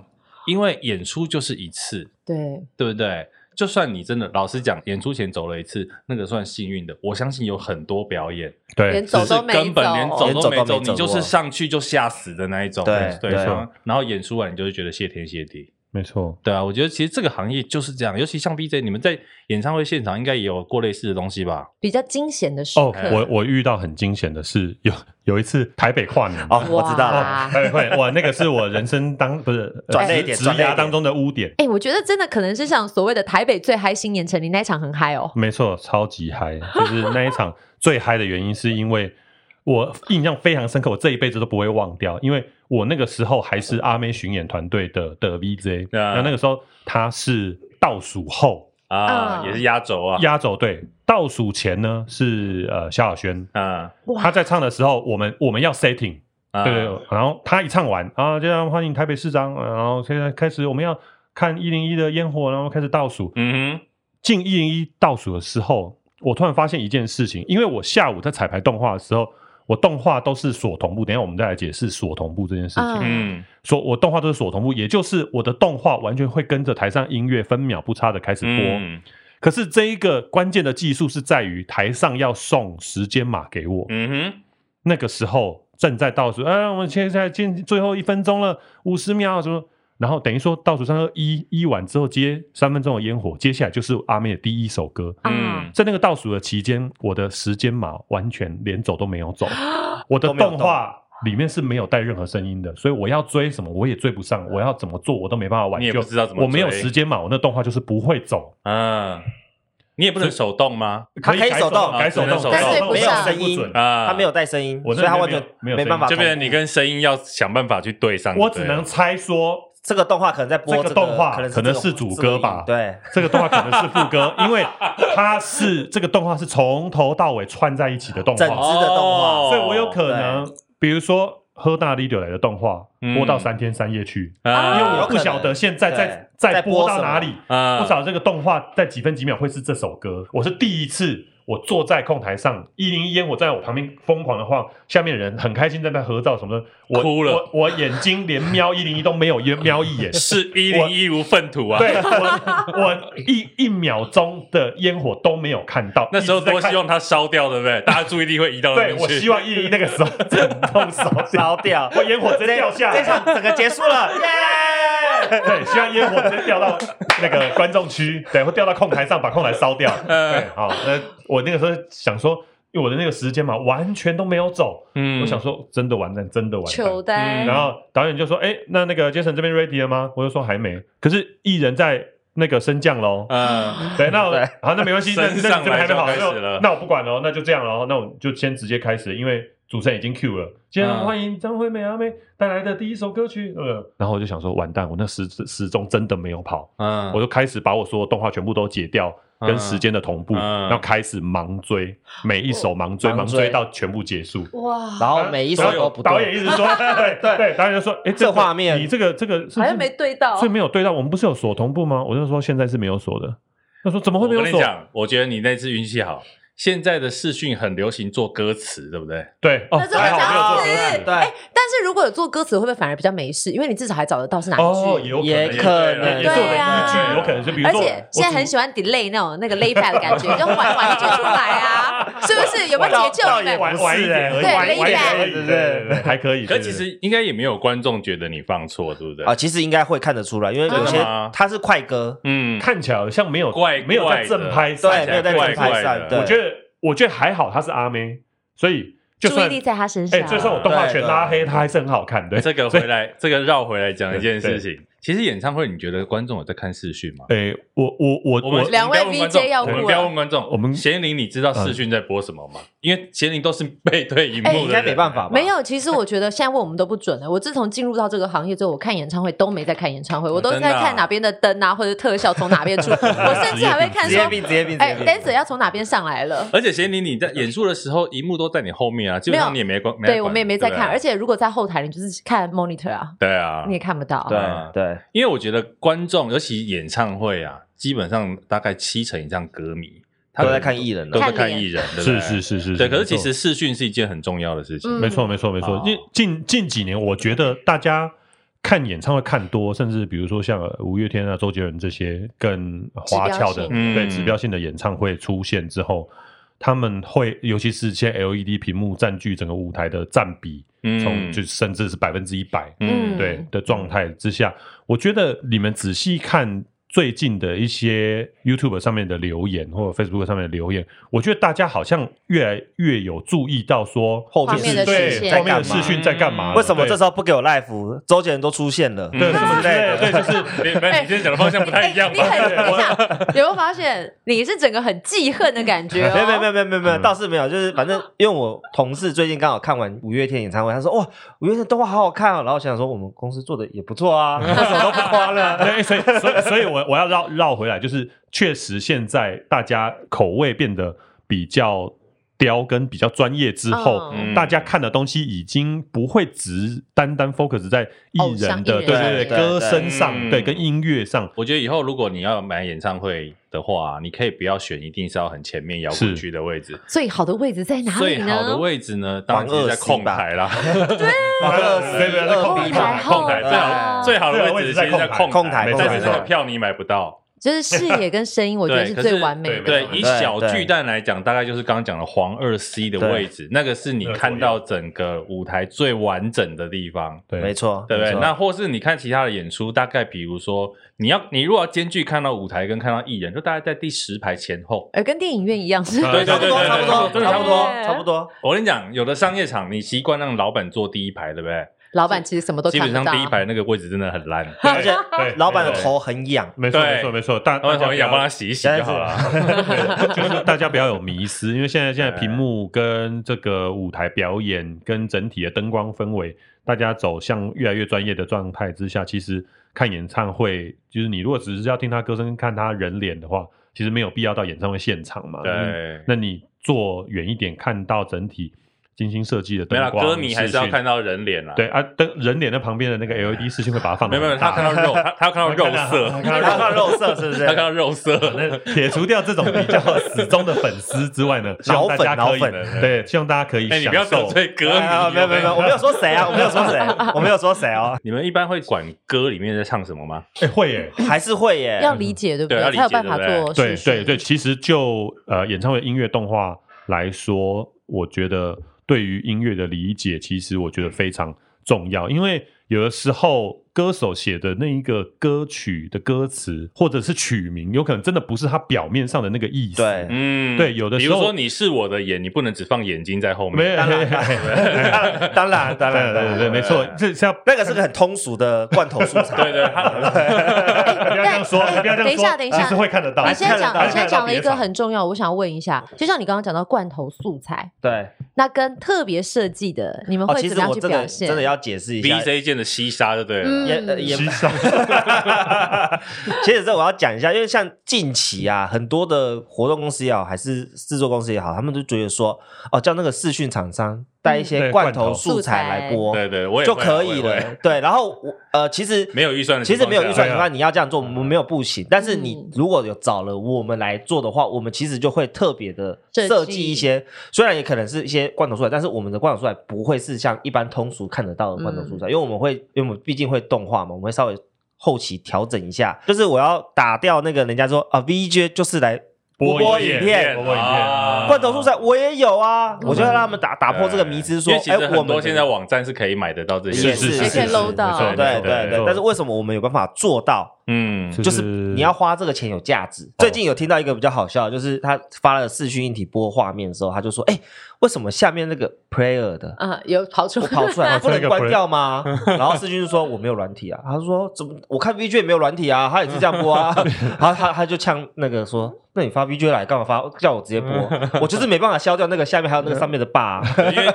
Speaker 1: 因为演出就是一次，
Speaker 4: 对，
Speaker 1: 对不对？就算你真的老实讲，演出前走了一次，那个算幸运的。我相信有很多表演，
Speaker 2: 对
Speaker 4: 连
Speaker 1: 只
Speaker 4: 走
Speaker 1: 是
Speaker 4: 都没走，
Speaker 1: 根本连走
Speaker 3: 连
Speaker 1: 都
Speaker 3: 走
Speaker 1: 没
Speaker 3: 都
Speaker 1: 走，
Speaker 3: 没走
Speaker 1: 你就是
Speaker 3: 过
Speaker 1: 上去就吓死的那一种。
Speaker 3: 对
Speaker 1: 对，
Speaker 3: 对啊
Speaker 1: 然后然后演出完，你就会觉得谢天谢地。
Speaker 2: 没错，
Speaker 1: 对啊，我觉得其实这个行业就是这样，尤其像 BJ，你们在演唱会现场应该也有过类似的东西吧？
Speaker 4: 比较惊险的时
Speaker 2: 哦
Speaker 4: 刻。，
Speaker 2: 我我遇到很惊险的是，有 有一次台北跨年
Speaker 3: 哦，我知道了。
Speaker 4: 哇
Speaker 2: 台北跨年，哇，那个是我人生当不是呃
Speaker 3: 转捩点
Speaker 2: 职
Speaker 3: 转捩
Speaker 2: 涯
Speaker 3: 点
Speaker 2: 当中的污点，
Speaker 4: 哎、我觉得真的可能是像所谓的台北最嗨新年成林那一场很嗨哦，
Speaker 2: 没错，超级嗨，就是那一场最嗨的原因是因为我印象非常深刻，我这一辈子都不会忘掉，因为我那个时候还是阿妹巡演团队的的 VJ，
Speaker 1: 啊
Speaker 2: 那、那个时候他是倒数后
Speaker 1: 啊，
Speaker 4: 啊
Speaker 1: 也是压轴啊，
Speaker 2: 压轴队，倒数前呢是呃萧亚轩，
Speaker 1: 啊，
Speaker 4: 哇
Speaker 2: 他在唱的时候，我们我们要 setting。
Speaker 1: 啊
Speaker 2: 对对，然后他一唱完啊，就让欢迎台北市长，然后现在开始我们要看一零一的烟火，然后开始倒数。
Speaker 1: 嗯
Speaker 2: 进一零一倒数的时候，我突然发现一件事情，因为我下午在彩排动画的时候，我动画都是锁同步，等一下我们再来解释锁同步这件事情。
Speaker 1: 哼，嗯，
Speaker 2: 说我动画都是锁同步，也就是我的动画完全会跟着台上音乐分秒不差的开始播。
Speaker 1: 嗯
Speaker 2: 可是这一个关键的技术是在于台上要送时间码给我，
Speaker 1: 嗯哼，
Speaker 2: 那个时候正在倒数，哎，我们现在进最后一分钟了，五十秒什么？然后等于说倒数三二一，一完之后接三分钟的烟火，接下来就是阿妹的第一首歌。
Speaker 1: 嗯
Speaker 4: 嗯，
Speaker 2: 在那个倒数的期间，我的时间码完全连走都没有走，我的
Speaker 3: 都没有
Speaker 2: 动画里面是没有带任何声音的，所以我要追什么我也追不上，我要怎么做我都没办法挽
Speaker 1: 你也
Speaker 2: 救，
Speaker 1: 不知道怎么
Speaker 2: 我没有
Speaker 1: 追
Speaker 2: 时间嘛，我那动画就是不会走，
Speaker 1: 嗯，你也不能手动吗？
Speaker 3: 它可以
Speaker 2: 改
Speaker 3: 手动
Speaker 2: 改手
Speaker 1: 啊只能
Speaker 2: 动，
Speaker 1: 手
Speaker 2: 改
Speaker 1: 动
Speaker 2: 手动
Speaker 4: 但是不上
Speaker 2: 不准
Speaker 1: 啊，
Speaker 3: 他没有带声音，
Speaker 2: 我
Speaker 3: 所以
Speaker 2: 那
Speaker 3: 他
Speaker 2: 边
Speaker 3: 完全
Speaker 2: 没有没有声音
Speaker 3: 没办法
Speaker 1: 就
Speaker 3: 同步。
Speaker 1: 变成你跟声音要想办法去对上就对了。
Speaker 2: 我只能猜说
Speaker 3: 这个动画可能在播
Speaker 2: 这个动画
Speaker 3: 可能
Speaker 2: 可能
Speaker 3: 这个
Speaker 2: 是主歌吧
Speaker 3: 这个音
Speaker 2: 这个动画可能是副歌，因为它是这个动画是从头到尾串在一起的动
Speaker 3: 对，整
Speaker 2: 画，
Speaker 3: 支的动画
Speaker 1: 哦，
Speaker 2: 所以我有可能，比如说喝大力流来的动画
Speaker 1: 嗯
Speaker 2: 播到三天三夜去，因
Speaker 1: 啊，
Speaker 2: 为
Speaker 1: 因为
Speaker 2: 呃我不晓得现在在
Speaker 3: 对
Speaker 2: 在播到
Speaker 3: 在播什么
Speaker 2: 哪里，
Speaker 1: 啊
Speaker 2: 不晓得这个动画在几分几秒会是这首歌。我是第一次，我坐在控台上，一零一烟，我在我旁边疯狂的晃，下面的人很开心在那合照什么的，我
Speaker 1: 哭了
Speaker 2: 我我眼睛连瞄一零一都没有瞄一眼，
Speaker 1: 是一零一无粪土啊。
Speaker 2: 对，我我一一秒钟的烟火都没有看到，
Speaker 1: 那时候
Speaker 2: 一直在
Speaker 1: 多
Speaker 2: 看
Speaker 1: 希。望它烧掉，对不对？大家注意力会移到那
Speaker 2: 对，
Speaker 1: 边去。
Speaker 2: 我希望一零一那个时候真的都烧
Speaker 3: 烧
Speaker 2: 掉，
Speaker 3: 掉，
Speaker 2: 我烟火直接掉下
Speaker 3: 这
Speaker 2: 来。
Speaker 3: 场整个结束 了，耶！
Speaker 2: 对， 希望烟火直接掉到那个观众区，对，会掉到控台上，把控台烧掉。对，好，那我那个时候想说，因为我的那个时间嘛，完全都没有走，
Speaker 1: 嗯
Speaker 2: 我想说真的完蛋，真的完
Speaker 4: 球
Speaker 2: 蛋。
Speaker 4: 呆
Speaker 1: 嗯，
Speaker 2: 然后导演就说：“哎，那那个杰森这边 ready 了吗？”我就说还没。可是艺人在那个升降喽。
Speaker 1: 嗯，
Speaker 2: 对，那我
Speaker 3: 对
Speaker 2: 好，那没关系，那
Speaker 1: 升
Speaker 2: 那
Speaker 1: 上
Speaker 2: 这边
Speaker 1: 来
Speaker 2: 还没好，
Speaker 1: 就开始了
Speaker 2: 那那我不管了，那就这样了，那我就先直接开始，因为主持人已经 Q 了。今天
Speaker 1: 嗯
Speaker 2: 欢迎张惠妹阿妹带来的第一首歌曲，呃，然后我就想说，完蛋，我那时时钟真的没有跑，
Speaker 1: 嗯
Speaker 2: 我就开始把我所有动画全部都解掉，跟
Speaker 1: 嗯
Speaker 2: 时间的同步，
Speaker 1: 嗯
Speaker 2: 然后开始盲追，每一首盲追，
Speaker 3: 哦盲
Speaker 2: 盲
Speaker 3: 追
Speaker 2: 追到全部结束。
Speaker 4: 哇，
Speaker 3: 然后每一首
Speaker 2: 导演
Speaker 3: 都不
Speaker 2: 导演
Speaker 3: 对，
Speaker 2: 一直说，对对对，导演就说，哎，
Speaker 3: 这
Speaker 2: 个
Speaker 3: 画面
Speaker 2: 你这个这个是不
Speaker 4: 好
Speaker 2: 是
Speaker 4: 像没对到
Speaker 2: 所以，没有对到，我们不是有锁同步吗？我就说现在是没有锁的。他说怎么会
Speaker 1: 啊我
Speaker 2: 没有
Speaker 1: 跟你
Speaker 2: 锁？
Speaker 1: 讲，我觉得你那次运气好。现在的视讯很流行做歌词，对不对？
Speaker 2: 对，哦
Speaker 4: 那，是
Speaker 2: 还
Speaker 4: 很
Speaker 2: 好
Speaker 4: 想
Speaker 2: 没有做
Speaker 4: 死
Speaker 2: 歌。
Speaker 3: 对
Speaker 4: 哎，但是如果有做歌词，会不会反而比较没事？因为你至少还找得到是哪一
Speaker 2: 哦，
Speaker 4: 句。
Speaker 2: 有
Speaker 3: 也
Speaker 2: 可
Speaker 3: 可
Speaker 2: 能
Speaker 3: 能，
Speaker 2: 也是我的
Speaker 4: 对
Speaker 2: 依
Speaker 4: 啊
Speaker 2: 据，有可能是比如
Speaker 4: 而
Speaker 2: 说，
Speaker 4: 且现在很喜欢 delay 那种那个 layback 的感觉，就缓缓一句出来 啊，是不是？有没有解救你
Speaker 2: 玩
Speaker 4: 们？
Speaker 3: 不
Speaker 2: 玩
Speaker 3: 是
Speaker 2: 一点
Speaker 3: 欸
Speaker 2: 而已，
Speaker 4: 对
Speaker 2: 玩一点
Speaker 4: layback
Speaker 2: 而已，对对对，还可以。
Speaker 1: 可
Speaker 2: 对
Speaker 1: 其
Speaker 2: 对
Speaker 1: 实应该也没有观众觉得你放错，对不对？
Speaker 3: 啊，其实应该会看得出来，因为有
Speaker 1: 真
Speaker 3: 些
Speaker 1: 的吗
Speaker 3: 它是快歌，
Speaker 1: 嗯，
Speaker 2: 看起来好像没有
Speaker 1: 怪怪的
Speaker 2: 没有在正拍上，
Speaker 3: 对，没有在
Speaker 1: 怪
Speaker 3: 正
Speaker 1: 怪
Speaker 3: 拍
Speaker 1: 的
Speaker 3: 上，对，
Speaker 2: 我觉得我觉得还好，她是阿妹，所以就
Speaker 4: 注意
Speaker 2: 算
Speaker 4: 力在他身
Speaker 2: 哎，
Speaker 4: 上。
Speaker 2: 就算我动画全拉黑，她还是很好看的。
Speaker 1: 这个
Speaker 2: 所以
Speaker 1: 回来，这个绕回来讲一件事情。其实演唱会，你觉得观众有在看视讯吗？
Speaker 2: 哎，我我我
Speaker 1: 我们
Speaker 2: 我
Speaker 4: 两位
Speaker 1: 我们不问观众
Speaker 4: VJ 要
Speaker 1: 我
Speaker 4: 过
Speaker 1: 们不要问观众。
Speaker 2: 我们
Speaker 1: 贤玲，你知道视讯在播什么吗？因为贤玲都是背对荧幕的
Speaker 4: 哎
Speaker 1: 人，
Speaker 3: 应该没办法吧？
Speaker 4: 没有，其 实我觉得现在问我们都不准了。我自从进入到这个行业之后，我看演唱会都没在看演唱会，我都是
Speaker 1: 真
Speaker 4: 在
Speaker 1: 的啊
Speaker 4: 看哪边的灯啊，或者特效从哪边 出。我甚至还会看
Speaker 3: 职业
Speaker 4: 说，
Speaker 3: 病，职业病，职
Speaker 4: 哎
Speaker 3: 业
Speaker 4: ，dancer
Speaker 3: 病。
Speaker 4: 要从哪边上来了。
Speaker 1: 而且贤玲，你在演出的时候，荧幕都在你后面啊，基本上你也没关，在
Speaker 4: 对，
Speaker 1: 管
Speaker 4: 我们也没在看，而
Speaker 1: 对啊
Speaker 4: 且如果在后台，你就是看 monitor 啊，
Speaker 1: 对啊
Speaker 4: 你，也看不到。
Speaker 1: 啊
Speaker 3: 对对，
Speaker 1: 因为我觉得观众，尤其演唱会啊，基本上大概七成以上歌迷，他
Speaker 3: 都在
Speaker 1: 们
Speaker 3: 看艺人
Speaker 1: 都在
Speaker 3: 了，
Speaker 4: 看
Speaker 1: 看
Speaker 4: 脸
Speaker 1: 艺人，对不
Speaker 2: 是
Speaker 1: 对
Speaker 2: 是是是，
Speaker 1: 对。可是
Speaker 2: 没错
Speaker 1: 其实视讯是一件很重要的事情，
Speaker 4: 嗯
Speaker 2: 没错，没错，没错
Speaker 1: 哦。
Speaker 2: 因为近近几年，我觉得大家看演唱会看多，甚至比如说像呃五月天啊、周杰伦这些更花俏的、
Speaker 4: 指标性
Speaker 1: 嗯
Speaker 2: 对指标性的演唱会出现之后，他们会尤其是现在 LED 屏幕占据整个舞台的占比，
Speaker 1: 嗯
Speaker 2: 从就甚至是百分之一百，
Speaker 1: 嗯
Speaker 4: 嗯
Speaker 2: 对的状态之下，我觉得你们仔细看最近的一些 YouTube 上面的留言或者 Facebook 上面的留言，我觉得大家好像越来越有注意到说
Speaker 3: 后面
Speaker 2: 就是
Speaker 4: 的
Speaker 2: 对
Speaker 4: 视线
Speaker 2: 后面的
Speaker 3: 在干嘛
Speaker 2: 视讯在干嘛？
Speaker 3: 为什么
Speaker 2: 对
Speaker 3: 这时候不给我 live？周杰伦都出现了，
Speaker 2: 对什么之类的？对，就是
Speaker 1: 你们你今天讲的方向不太
Speaker 4: 哎，
Speaker 1: 一样
Speaker 4: 你
Speaker 1: 吧？
Speaker 4: 很等一下， 有没有发现你是整个很记恨的感觉？哦
Speaker 3: 没有没有没有。没有没有没有，
Speaker 2: 嗯
Speaker 3: 倒是没有，就是反正因为我同事最近刚好看完五月天演唱会，他说哇，五月天动画好好看哦，然后我想说我们公司做的也不错啊，为什么都不夸呢？
Speaker 2: 对，所以所以所以我我要绕绕回来，就是确实现在大家口味变得比较刁跟比较专业之后，
Speaker 1: 嗯
Speaker 2: 大家看的东西已经不会只单单 focus 在艺人的
Speaker 4: 偶像艺人
Speaker 2: 对对
Speaker 3: 对
Speaker 2: 对
Speaker 3: 对
Speaker 2: 歌声
Speaker 1: 嗯
Speaker 2: 上，对跟音乐上，
Speaker 1: 我觉得以后如果你要买演唱会的话，你可以不要选一定是要很前面摇滚
Speaker 2: 是
Speaker 1: 区的位置，
Speaker 4: 最好的位置在哪里
Speaker 1: 最
Speaker 4: 呢？
Speaker 1: 好的位置呢，当然
Speaker 3: 黄
Speaker 1: 是
Speaker 3: 二
Speaker 1: 在
Speaker 3: C
Speaker 1: 控
Speaker 3: 吧
Speaker 1: 台啦，
Speaker 3: 二
Speaker 2: 对对对
Speaker 3: 十
Speaker 2: 控
Speaker 3: 二
Speaker 4: 台
Speaker 1: 控台
Speaker 4: 对
Speaker 1: 最好最好的位置其实在
Speaker 2: 控
Speaker 1: 台，
Speaker 3: 台
Speaker 1: 但是
Speaker 3: 控
Speaker 1: 那
Speaker 3: 台
Speaker 1: 个票你买不到，
Speaker 4: 就是视野跟声音，我觉得
Speaker 1: 对可
Speaker 4: 最完美的。
Speaker 1: 对
Speaker 2: 没，错
Speaker 1: 以
Speaker 3: 对
Speaker 1: 小
Speaker 3: 对
Speaker 1: 巨蛋来讲，大概就是刚刚讲的黄二 C 的
Speaker 3: 对
Speaker 1: 位置，那个是你
Speaker 2: 那个
Speaker 1: 看
Speaker 2: 左
Speaker 1: 到
Speaker 2: 右
Speaker 1: 整个舞台最完整的地方。
Speaker 2: 对
Speaker 3: 没错，
Speaker 1: 对不
Speaker 3: 没
Speaker 1: 对？
Speaker 3: 错
Speaker 1: 那或是你看其他的演出，大概比如说，你要你如果要兼具看到舞台跟看到艺人，就大概在第十排前后。
Speaker 4: 呃，跟电影院一样是。
Speaker 1: 啊对对
Speaker 3: 差不多，
Speaker 1: 对对
Speaker 3: 差不
Speaker 1: 对
Speaker 3: 多，
Speaker 1: 对
Speaker 3: 差不多
Speaker 4: 对，
Speaker 3: 差不多。
Speaker 1: 我跟你讲，有的商业场你习惯让老板坐第一排，对不对？
Speaker 4: 老板其实什么都
Speaker 1: 基
Speaker 4: 看
Speaker 1: 本
Speaker 4: 不
Speaker 1: 上
Speaker 4: 到
Speaker 1: 第一排那个位置真的很烂，
Speaker 3: 而且
Speaker 4: 嗯
Speaker 2: 对
Speaker 3: 老板的头很痒，
Speaker 2: 没错
Speaker 1: 对
Speaker 2: 没错没错，大
Speaker 1: 老
Speaker 2: 大
Speaker 1: 板
Speaker 2: 家
Speaker 1: 好
Speaker 2: 不
Speaker 1: 想帮他
Speaker 2: 要
Speaker 1: 洗一洗就好了。
Speaker 2: 就是大家不要有迷失，因为现在现在屏幕跟这个舞台表演跟整体的灯光氛围，大家走向越来越专业的状态之下，其实看演唱会，就是你如果只是要听他歌声、看他人脸的话，其实没有必要到演唱会现场嘛。嗯，
Speaker 1: 对，
Speaker 2: 那你坐远一点，看到整体精心设计的
Speaker 1: 没
Speaker 2: 灯
Speaker 1: 啦，
Speaker 2: 光，
Speaker 1: 歌迷还是要
Speaker 2: 视讯
Speaker 1: 看到人脸啦。
Speaker 2: 对啊，灯人脸的旁边的那个 LED 视线会把它放
Speaker 1: 没
Speaker 2: 得
Speaker 1: 有，没有没有，
Speaker 2: 很大
Speaker 1: 他看到肉，他他要看到肉色，
Speaker 2: 他
Speaker 3: 看到肉色是不
Speaker 1: 他看
Speaker 3: 是？
Speaker 1: 到肉色。
Speaker 2: 那 撇除掉这种比较死忠的粉丝之 外呢，希望
Speaker 3: 脑
Speaker 2: 大
Speaker 3: 粉
Speaker 2: 家可以
Speaker 3: 脑粉
Speaker 2: 对，希望大家可以
Speaker 1: 哎，你不要
Speaker 2: 享
Speaker 1: 得
Speaker 2: 受。
Speaker 1: 罪歌迷
Speaker 3: 哎 哎
Speaker 1: 哦。
Speaker 3: 没有没有没有，我没有说谁啊，我没有说谁，我没有说谁哦，
Speaker 1: 你们一般会管歌里面在唱什么吗？
Speaker 2: 哎，会耶，
Speaker 3: 还是会耶。
Speaker 4: 要理解对不
Speaker 1: 对要理解
Speaker 4: 才有办法
Speaker 1: 对不
Speaker 4: 做
Speaker 2: 对
Speaker 4: 叙述
Speaker 2: 对对，其实就呃演唱会音乐动画来说，我觉得对于音乐的理解，其实我觉得非常重要，因为有的时候歌手写的那一个歌曲的歌词或者是曲名，有可能真的不是他表面上的那个意思。
Speaker 3: 对
Speaker 1: 嗯，
Speaker 2: 对有的
Speaker 1: 比
Speaker 2: 时
Speaker 1: 如
Speaker 2: 候
Speaker 1: 说你是我的眼，你不能只放眼睛在后
Speaker 2: 没
Speaker 1: 面。
Speaker 2: 有，
Speaker 3: 当然
Speaker 2: 嘿嘿嘿
Speaker 3: 当然
Speaker 2: 对
Speaker 3: 当然，当
Speaker 2: 对
Speaker 3: 然
Speaker 2: 对，没错，这是要
Speaker 3: 那个是个很通俗的罐头素材。
Speaker 1: 对对， 他
Speaker 2: 不要这样说，
Speaker 4: 哎
Speaker 2: 不要这样说。
Speaker 4: 等一下等一下
Speaker 2: 其实会看得到。
Speaker 4: 你现 在
Speaker 3: 看得
Speaker 4: 讲，
Speaker 3: 到
Speaker 4: 你现在讲了一
Speaker 2: 看得到
Speaker 4: 个很重要，我想要问一下，就像你刚刚讲到罐头素材，
Speaker 3: 对
Speaker 4: 那跟特别设计的，你们
Speaker 3: 哦，
Speaker 4: 会
Speaker 3: 其实
Speaker 4: 怎么样
Speaker 3: 我
Speaker 4: 去
Speaker 3: 真
Speaker 4: 表
Speaker 3: 的
Speaker 4: 现？
Speaker 3: 真的要解释一下
Speaker 1: VJ 键的西沙就对了。
Speaker 4: 嗯
Speaker 3: 也呃也
Speaker 2: 其实
Speaker 3: 其实这我要讲一下，因为像近期啊，很多的活动公司也好，还是制作公司也好，他们都觉得说，哦，叫那个视讯厂商带
Speaker 4: 嗯
Speaker 3: 一些
Speaker 2: 对
Speaker 3: 罐
Speaker 2: 罐头
Speaker 3: 头素材来播
Speaker 1: 对对，我也
Speaker 3: 就
Speaker 1: 会啊
Speaker 3: 可以。
Speaker 1: 我也
Speaker 3: 了
Speaker 1: 会。
Speaker 3: 对，然后我呃，其实
Speaker 1: 没有预算的
Speaker 3: 其
Speaker 1: 情
Speaker 3: 实
Speaker 1: 况
Speaker 3: 没有预
Speaker 1: 下啊
Speaker 3: 算的话，你要这样做，我们没有不行。但是你
Speaker 4: 嗯
Speaker 3: 如果有找了我们来做的话，我们其实就会特别的
Speaker 4: 设计
Speaker 3: 设计一些，虽然也可能是一些罐头素材，但是我们的罐头素材不会是像一般通俗看得到的罐头素材，因为我们会，因为我们毕竟会动画嘛，我们会稍微后期调整一下。就是我要打掉那个人家说啊，VJ 就是来播影片。
Speaker 2: 播影
Speaker 1: 啊
Speaker 2: 片。
Speaker 3: 罐头素材我也有啊，我就要让他们打打破这个迷思，
Speaker 1: 嗯
Speaker 3: 说
Speaker 1: 因为其
Speaker 3: 哎
Speaker 1: 实，
Speaker 3: 我
Speaker 1: 很
Speaker 3: 们
Speaker 1: 多现在网站是可以买得到这些
Speaker 3: 也
Speaker 1: 东西，
Speaker 3: 是
Speaker 4: 也可以
Speaker 2: 是
Speaker 4: load 到
Speaker 2: 没错
Speaker 3: 对
Speaker 2: 没错
Speaker 3: 对
Speaker 2: 没
Speaker 3: 对
Speaker 2: 错，
Speaker 3: 但是为什么我们有办法做到？
Speaker 1: 嗯，
Speaker 3: 就是你要花这个钱有价值。最近有听到一个比较好笑的，就是他发了视讯一体播画面的时候，他就说：“哎、为什么下面那个 player 的
Speaker 4: 啊，有跑出
Speaker 3: 我跑出来，我不能
Speaker 2: 这个
Speaker 3: 关掉吗？”然后视讯就说：“我没有软体啊。”他说：“怎么？我看 VJ 也没有软体啊，他也是这样播啊。”然后他他就呛那个说：“那你发 VJ 来干嘛发？叫我直接播，我就是没办法消掉那个下面还有那个上面的 bar、啊。”
Speaker 1: 因为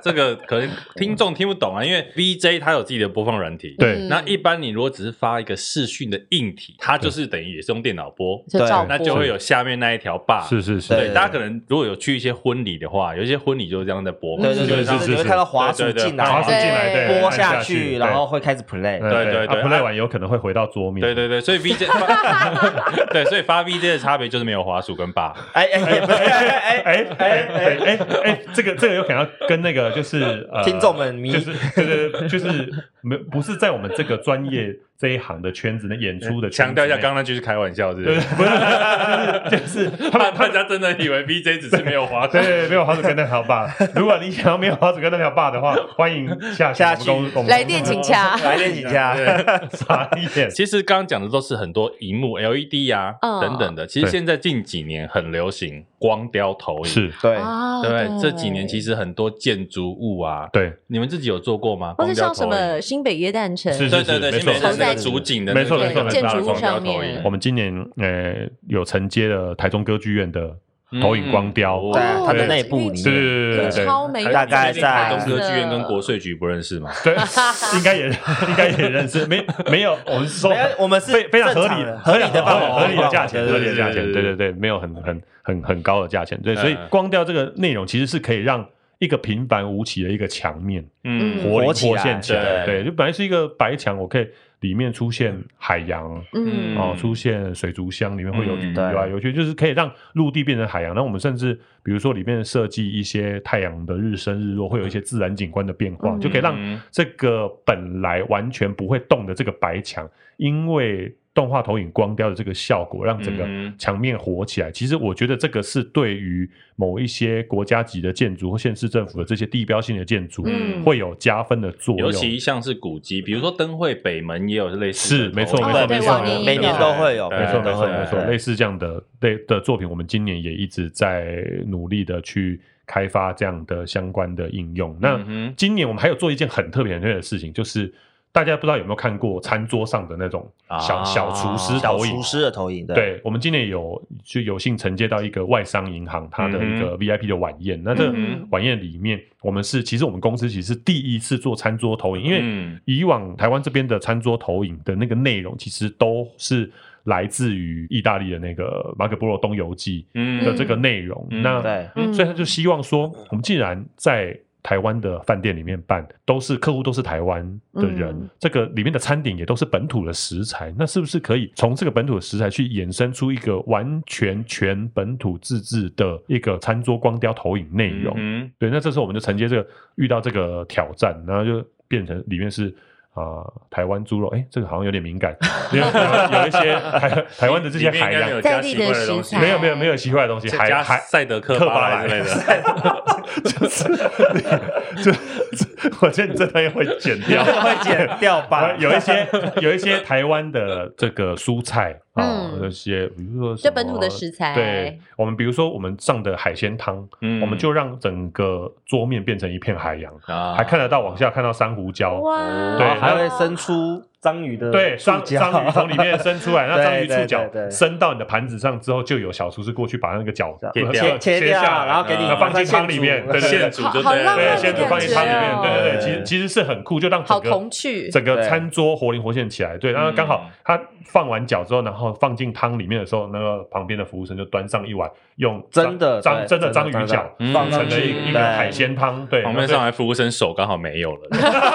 Speaker 1: 这个可能听众听不懂啊，因为 VJ 它有自己的播放软体。
Speaker 4: 嗯
Speaker 2: 对
Speaker 1: 那一般你如果只是发一个视讯的硬体，它就是等于也是用电脑播，
Speaker 4: 就照
Speaker 1: 那就会有下面那一条 bar。
Speaker 2: 是是是，
Speaker 3: 对
Speaker 1: 对，大家可能如果有去一些婚礼的话，有一些婚礼就是这样在播嘛，
Speaker 3: 对对
Speaker 1: 基
Speaker 3: 对，
Speaker 1: 本
Speaker 3: 就
Speaker 1: 上
Speaker 3: 是
Speaker 2: 是
Speaker 3: 你会看到
Speaker 1: 对
Speaker 3: 滑鼠
Speaker 1: 对对
Speaker 3: 进来，
Speaker 2: 滑鼠进来，
Speaker 4: 对
Speaker 2: 对，
Speaker 3: 播
Speaker 2: 按
Speaker 3: 下
Speaker 2: 下
Speaker 3: 去，
Speaker 2: 去，
Speaker 3: 然后会开始
Speaker 2: 对
Speaker 3: play。
Speaker 1: 对对对
Speaker 2: 啊，play 完有可能会回到桌面。
Speaker 1: 对对对，所以 VJ 发对，所以发 VJ 的差别就是没有滑鼠跟 bar。
Speaker 3: 哎哎哎哎哎
Speaker 2: 哎哎哎哎哎，这个这个有可能要跟那个就是呃
Speaker 3: 听众们迷
Speaker 2: 就是就是就是没不是在我们这个专业这一行的圈子那演出的圈子内
Speaker 1: 强调一下，刚刚那句是开玩笑，是哎不
Speaker 2: 对
Speaker 1: 是？
Speaker 2: 不是就是就是他
Speaker 1: 怕 大
Speaker 2: 们他们
Speaker 1: 家真的以为 VJ 只是没有滑鼠
Speaker 2: 对。对，对没有滑鼠跟那条坝。如果你想要没有滑鼠跟那条坝的话，欢迎下
Speaker 3: 下去
Speaker 4: 来电请洽。
Speaker 3: 来练几下。
Speaker 2: 傻眼。
Speaker 1: 其实刚刚讲的都是很多荧幕 LED 啊、
Speaker 4: 嗯
Speaker 1: 等等的，其实
Speaker 2: 对
Speaker 1: 现在近几年很流行光雕投影，
Speaker 2: 是，
Speaker 3: 对
Speaker 4: 啊
Speaker 1: 对不对？这几年其实很多建筑物啊，
Speaker 2: 对，
Speaker 1: 你们自己有做过吗？
Speaker 4: 或
Speaker 1: 光雕
Speaker 4: 是像什
Speaker 1: 投影
Speaker 4: 么新北耶诞城，
Speaker 2: 是
Speaker 1: 对对对，
Speaker 2: 没
Speaker 1: 新
Speaker 2: 错
Speaker 1: 北市那
Speaker 4: 投在
Speaker 1: 个主景的
Speaker 2: 没错
Speaker 1: 那个
Speaker 2: 没错没错
Speaker 1: 很大的
Speaker 4: 建筑物
Speaker 1: 光雕
Speaker 4: 上面
Speaker 1: 投影
Speaker 3: 嗯
Speaker 2: 我们今年呃有承接了台中歌剧院的投影光雕，
Speaker 1: 嗯
Speaker 3: 对
Speaker 4: 哦
Speaker 3: 它的内部里面
Speaker 2: 对对对对对
Speaker 4: 超美，
Speaker 3: 大概
Speaker 1: 你确定台中
Speaker 3: 在
Speaker 1: 歌剧院跟国税局不认识吗？
Speaker 2: 对，应该也 应该也认识，没没有，我们是说
Speaker 3: 没有我们是
Speaker 2: 非非常合理
Speaker 3: 正常的合理的范围哦
Speaker 2: 合理的价钱，
Speaker 3: 对
Speaker 2: 合
Speaker 3: 对对
Speaker 2: 理的价钱，
Speaker 1: 对对
Speaker 2: 对
Speaker 1: 对
Speaker 2: 对对，没有很很很很高的价钱，对，
Speaker 1: 嗯
Speaker 2: 所以光雕这个内容其实是可以让一个平凡无奇的一个墙面
Speaker 1: 嗯，
Speaker 2: 活灵
Speaker 3: 活起
Speaker 2: 活
Speaker 3: 来
Speaker 2: 现起来，
Speaker 1: 对
Speaker 2: 对，就本来是一个白墙，我可以里面出现海洋，
Speaker 4: 嗯
Speaker 2: 哦，出现水族箱里面会有
Speaker 1: 嗯
Speaker 2: 鱼
Speaker 3: 对
Speaker 2: 啊，有些就是可以让陆地变成海洋。那我们甚至比如说里面设计一些太阳的日升日落，会有一些自然景观的变化，
Speaker 4: 嗯
Speaker 2: 就可以让
Speaker 1: 嗯
Speaker 2: 这个本来完全不会动的这个白墙，因为动画投影光雕的这个效果，让整个
Speaker 1: 嗯哼
Speaker 2: 墙面活起来。其实我觉得这个是对于某一些国家级的建筑或县市政府的这些地标性的建筑，
Speaker 4: 嗯
Speaker 2: 会有加分的作用。
Speaker 1: 尤其像是古迹，比如说灯会北门也有类似的
Speaker 2: 是没错
Speaker 1: 投影
Speaker 2: 没
Speaker 4: 错
Speaker 1: 对
Speaker 4: 没错
Speaker 1: 对
Speaker 4: 没错
Speaker 1: 对
Speaker 4: 每哦年
Speaker 3: 都哎会有
Speaker 1: 对
Speaker 2: 没错，
Speaker 1: 对
Speaker 2: 没错，
Speaker 1: 对
Speaker 2: 没错，
Speaker 1: 对
Speaker 2: 类似这样的类的作品，我们今年也一直在努力的去开发这样的相关的应用。那
Speaker 1: 嗯哼
Speaker 2: 今年我们还有做一件很特别、很特别的事情，就是大家不知道有没有看过餐桌上的那种小、
Speaker 1: 啊
Speaker 2: 小厨
Speaker 1: 小
Speaker 2: 师
Speaker 3: 小
Speaker 2: 投影
Speaker 3: 厨。师的投影，对，
Speaker 2: 对，我们今年有就有幸承接到一个外商银行它的一
Speaker 1: 嗯
Speaker 2: 个 VIP 的晚宴，那这个
Speaker 1: 嗯
Speaker 2: 晚宴里面，我们是其实我们公司其实是第一次做餐桌投影，因为
Speaker 1: 嗯
Speaker 2: 以往台湾这边的餐桌投影的那个内容，其实都是来自于意大利的那个马可波罗东游记
Speaker 1: 嗯
Speaker 2: 的这个内容。
Speaker 1: 嗯
Speaker 2: 那、
Speaker 3: 对，
Speaker 4: 嗯
Speaker 2: 所以他就希望说，我们既然在台湾的饭店里面办，都是客户都是台湾的人，
Speaker 4: 嗯
Speaker 2: 这个里面的餐点也都是本土的食材，那是不是可以从这个本土的食材去衍生出一个完全全本土自制的一个餐桌光雕投影内容？
Speaker 1: 嗯
Speaker 2: 对，那这时候我们就承接这个遇到这个挑战，然后就变成里面是啊、台湾猪肉，哎，这个好像有点敏感， 因为有有一些台台湾的这些
Speaker 1: 里面
Speaker 2: 海
Speaker 1: 应该
Speaker 2: 洋
Speaker 1: 没有
Speaker 4: 在
Speaker 1: 加
Speaker 4: 地
Speaker 1: 奇
Speaker 4: 的
Speaker 1: 怪的
Speaker 4: 食
Speaker 1: 东西
Speaker 4: 材，
Speaker 2: 没有没有没有奇怪的东西，
Speaker 1: 再
Speaker 2: 海
Speaker 1: 加
Speaker 2: 海
Speaker 1: 赛德克巴莱 之类的，
Speaker 2: 就是，就就我觉得你这段也会剪 掉，？
Speaker 3: 会剪掉 吧
Speaker 2: 有一些有一些台湾的这个蔬菜啊，
Speaker 4: 嗯
Speaker 2: 有些比如说什
Speaker 4: 就
Speaker 2: 么
Speaker 4: 本土的食材
Speaker 2: 对我们比如说我们上的海鲜汤，
Speaker 1: 嗯
Speaker 2: 我们就让整个桌面变成一片海洋，
Speaker 1: 啊
Speaker 2: 还看得到往下看到珊瑚礁，
Speaker 1: 哦
Speaker 4: 哇，
Speaker 2: 对
Speaker 3: 还会生出章鱼的
Speaker 2: 对，
Speaker 3: 触
Speaker 2: 章
Speaker 3: 角
Speaker 2: 章鱼从里 面伸出来，那
Speaker 3: 对
Speaker 2: 章鱼触
Speaker 3: 对
Speaker 2: 角
Speaker 3: 对对
Speaker 2: 伸到你的盘子上之后，就有小厨师过去把那个脚
Speaker 3: 切
Speaker 1: 掉
Speaker 2: 切
Speaker 3: 切
Speaker 2: 下
Speaker 3: 掉，
Speaker 2: 来
Speaker 3: 然后给你
Speaker 1: 呃
Speaker 2: 放进
Speaker 3: 在
Speaker 2: 汤里面
Speaker 3: 煮
Speaker 2: 对对对
Speaker 1: 现煮就
Speaker 4: 好
Speaker 1: 对了，
Speaker 4: 浪漫
Speaker 2: 对，
Speaker 4: 的
Speaker 2: 先煮
Speaker 4: 感
Speaker 2: 放进汤里面，
Speaker 4: 觉
Speaker 2: 对对对，
Speaker 3: 哦
Speaker 2: 其实其实是很酷，就让整
Speaker 4: 好
Speaker 2: 个
Speaker 4: 童趣，
Speaker 2: 整个
Speaker 3: 对
Speaker 2: 餐桌活灵活现起来。对，然后刚好
Speaker 1: 嗯
Speaker 2: 他放完饺之后，然后放进汤里面的时候，那个旁边的服务生就端上一碗用
Speaker 3: 真的
Speaker 2: 章
Speaker 3: 对
Speaker 2: 真的章鱼
Speaker 3: 真的
Speaker 2: 脚
Speaker 1: 嗯
Speaker 2: 放
Speaker 3: 放
Speaker 2: 成
Speaker 3: 上
Speaker 2: 了
Speaker 3: 去
Speaker 2: 一一个海，鲜汤，对，
Speaker 1: 旁边
Speaker 2: 然
Speaker 1: 上
Speaker 2: 后
Speaker 1: 来服务生手刚好没有了，
Speaker 2: 所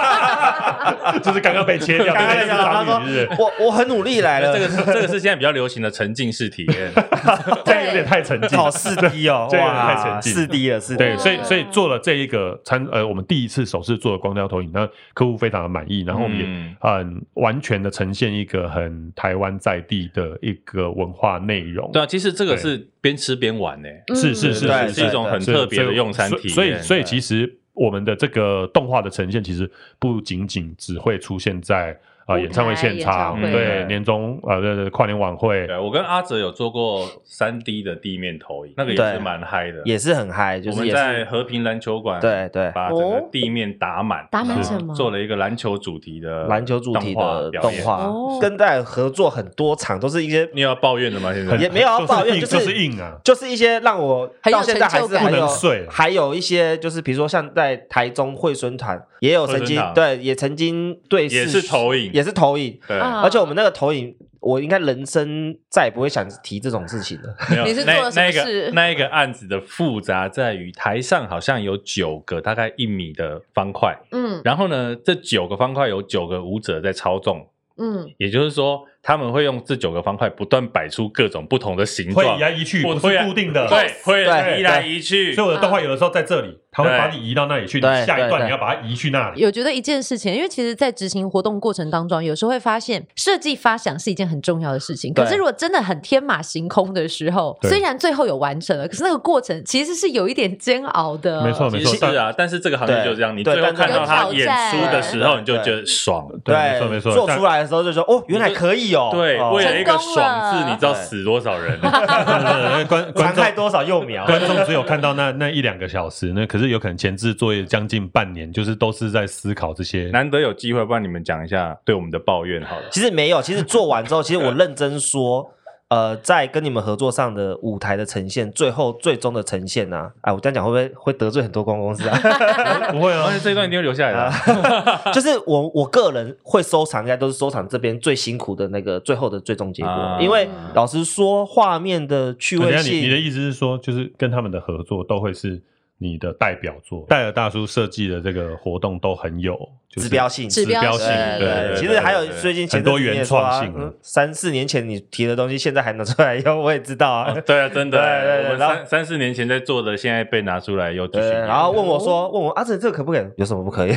Speaker 2: 以就是刚刚被切掉，
Speaker 3: 对刚
Speaker 2: 对那是
Speaker 3: 刚 那个他
Speaker 2: 章鱼，是不
Speaker 3: 说我我很努力 来了，
Speaker 1: 这个是这个是现在比较流行的沉浸式体验，
Speaker 2: 是这样有点太沉浸了，
Speaker 3: 好四 D 哦，
Speaker 2: 这个太沉
Speaker 3: 哇，
Speaker 2: 浸
Speaker 3: 四 D 了，四 D
Speaker 2: 对，
Speaker 4: 哇
Speaker 2: 所以所以做了这一个餐呃，我们第一次首次做的光雕投影，那客户非常的满意， 然后我们也
Speaker 1: 嗯
Speaker 2: 很完全的呈现一个很台湾在地的一个文化内容。
Speaker 1: 对啊，其实这个是边吃边玩呢，
Speaker 4: 嗯
Speaker 2: 是是是
Speaker 1: 对
Speaker 3: 对
Speaker 2: 是
Speaker 1: 是一种很
Speaker 2: 是
Speaker 1: 特别
Speaker 2: 所
Speaker 1: 的
Speaker 2: 以
Speaker 1: 用餐
Speaker 2: 所
Speaker 1: 体验，
Speaker 2: 所以所以
Speaker 1: 对
Speaker 2: 其实我们的这个动画的呈现，其实不仅仅只会出现在。啊、
Speaker 4: 舞台
Speaker 2: 演唱会现场，
Speaker 4: 演
Speaker 1: 唱会
Speaker 2: 对年终呃，对对跨年晚会，
Speaker 1: 对，我跟阿哲有做过三 D 的地面投影，那个也
Speaker 3: 对
Speaker 1: 是蛮嗨的。
Speaker 3: 也是很嗨，就
Speaker 1: 我
Speaker 3: 是
Speaker 1: 们
Speaker 3: 也
Speaker 1: 在
Speaker 3: 是
Speaker 1: 和平篮球馆，
Speaker 3: 对对
Speaker 1: 把整个
Speaker 4: 哦
Speaker 1: 地面打满，
Speaker 4: 打满
Speaker 1: 然后
Speaker 4: 什么
Speaker 1: 做了一个篮球主题的
Speaker 3: 篮球主题的
Speaker 1: 动
Speaker 3: 动
Speaker 1: 表演。
Speaker 3: 画
Speaker 4: 哦，
Speaker 3: 跟戴尔合作很多场，都是一些
Speaker 1: 你有要抱怨的吗？现在
Speaker 3: 也没有啊要抱怨，
Speaker 2: 就是硬就
Speaker 3: 就是
Speaker 2: 是硬啊
Speaker 3: 就是一些让我
Speaker 4: 很有
Speaker 3: 到现在还
Speaker 4: 成就是感
Speaker 3: 还有
Speaker 2: 不能睡
Speaker 3: 还有一些就是比如说像在台中惠孙团也有曾
Speaker 1: 惠孙
Speaker 3: 经
Speaker 1: 堂
Speaker 3: 对也曾经对
Speaker 1: 也
Speaker 3: 视
Speaker 1: 是投影
Speaker 3: 也是投影，
Speaker 1: 对，
Speaker 4: 啊
Speaker 3: 而且我们那个投影，我应该人生再也不会想提这种事情了。
Speaker 1: 没有。
Speaker 4: 你是
Speaker 1: 那
Speaker 4: 做了什么
Speaker 1: 那个
Speaker 4: 事
Speaker 1: 那一个案子的复杂在于，台上好像有九个大概一米的方块，
Speaker 4: 嗯
Speaker 1: 然后呢，这九个方块有九个舞者在操纵，
Speaker 4: 嗯，
Speaker 1: 也就是说，他们会用这九个方块不断摆出各种不同的形
Speaker 2: 会
Speaker 1: 状
Speaker 2: 移，来移去，
Speaker 1: 我
Speaker 2: 不
Speaker 1: 推
Speaker 2: 是
Speaker 1: 啊
Speaker 2: 固定的，
Speaker 1: 对，会
Speaker 3: 对
Speaker 1: 移来移去，嗯
Speaker 2: 所以我的动画有的时候在这里，它会
Speaker 1: 对
Speaker 2: 把你移到那里去，你
Speaker 3: 对
Speaker 2: 下一
Speaker 3: 对
Speaker 2: 段
Speaker 3: 对
Speaker 2: 你要把它移去那里。
Speaker 4: 有觉得一件事情，因为其实，在执行活动过程当中，有时候会发现设计发想是一件很重要的事情。
Speaker 3: 对
Speaker 4: 可是如果真的很天马行空的时候，
Speaker 2: 对
Speaker 4: 虽然最后有完成了，可是那个过程其实是有一点煎熬
Speaker 3: 呃
Speaker 4: 的。
Speaker 2: 没错
Speaker 1: 其实是啊，但是这个行业
Speaker 3: 对
Speaker 1: 就是这样，你
Speaker 3: 对
Speaker 1: 最后
Speaker 3: 但是
Speaker 1: 看到他
Speaker 4: 有挑
Speaker 1: 演出
Speaker 4: 战
Speaker 1: 的时候，
Speaker 3: 对
Speaker 1: 你就觉得爽。
Speaker 2: 对，没错没错，
Speaker 3: 做
Speaker 2: 但
Speaker 3: 出来的时候就说哦，原来可以哦，
Speaker 1: 对，
Speaker 3: 哦
Speaker 1: 为了一个
Speaker 4: 成功
Speaker 1: 爽字，
Speaker 4: 了
Speaker 1: 你知道死多少人？
Speaker 2: 呃观观
Speaker 3: 残
Speaker 2: 众
Speaker 3: 害多少幼苗，
Speaker 2: 观众只有看到那那一两个小时，那可是有可能前置作业将近半年，就是都是在思考这些。
Speaker 1: 难得有机会，不然你们讲一下对我们的抱怨好 了。
Speaker 3: 其实没有，其实做完之后，其实我认真说，呃，在跟你们合作上的舞台的呈现，最后最终的呈现呢、啊，哎，我这样讲会不会会得罪很多公关公司啊？
Speaker 2: 不会啊
Speaker 1: 而，且哦这一段一定会留下来的。啊
Speaker 3: 就是我我个人会收藏，应该都是收藏这边最辛苦的那个最后的最终结果，
Speaker 1: 啊
Speaker 3: 因为老实说，画面的趣
Speaker 2: 等一
Speaker 3: 味
Speaker 2: 下你你的
Speaker 3: 性。
Speaker 2: 意思是说，就是跟他们的合作都会是你的代表作。戴尔大叔设计的这个活动都很有、就是
Speaker 3: 指标性
Speaker 2: 指标性。
Speaker 4: 指标
Speaker 2: 对
Speaker 4: 性对
Speaker 2: 对，对
Speaker 3: 其实还有
Speaker 1: 对对
Speaker 3: 最近前
Speaker 2: 很多
Speaker 3: 阵子你也
Speaker 2: 原
Speaker 3: 说啊
Speaker 2: 创性
Speaker 3: 嗯三四年前你提的东西，现在还拿出来用，我也知道啊。
Speaker 1: 哦 对啊，真的，
Speaker 3: 对对对
Speaker 1: 我们
Speaker 3: 然后
Speaker 1: 三三四年前在做的，现在被拿出来又继续
Speaker 3: 对，
Speaker 1: 用。
Speaker 3: 然后问我说，问我阿正这个可不可以？ 有什么不可以？我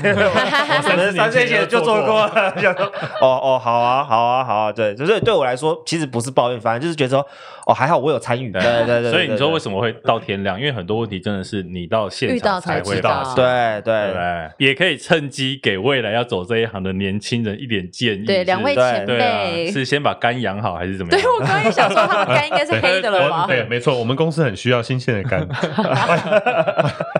Speaker 3: 可能三岁前就做过了，想说哦哦，好啊，好啊，好啊，对，就是对我来说，其实不是抱怨，反正就是觉得说，哦，还好我有参与，对对对对，
Speaker 1: 所以你说为
Speaker 3: 么？
Speaker 1: 什么会到天亮？因为很多问题真的是你到现
Speaker 4: 遇到
Speaker 1: 场
Speaker 4: 才
Speaker 1: 才会
Speaker 4: 知
Speaker 1: 发
Speaker 4: 道
Speaker 1: 现。
Speaker 3: 对
Speaker 1: 对不
Speaker 3: 对，
Speaker 1: 对，也可以趁机给未来要走这一行的年轻人一点建议。
Speaker 4: 对
Speaker 1: 是
Speaker 4: 两位
Speaker 1: 对
Speaker 4: 前
Speaker 1: 对啊
Speaker 4: 辈，
Speaker 1: 是先把肝养好还是怎么
Speaker 4: 对
Speaker 1: 样？
Speaker 4: 我刚才想 说他们肝应该是黑的了吧？
Speaker 2: 对，没错，我们公司很需要新鲜的肝，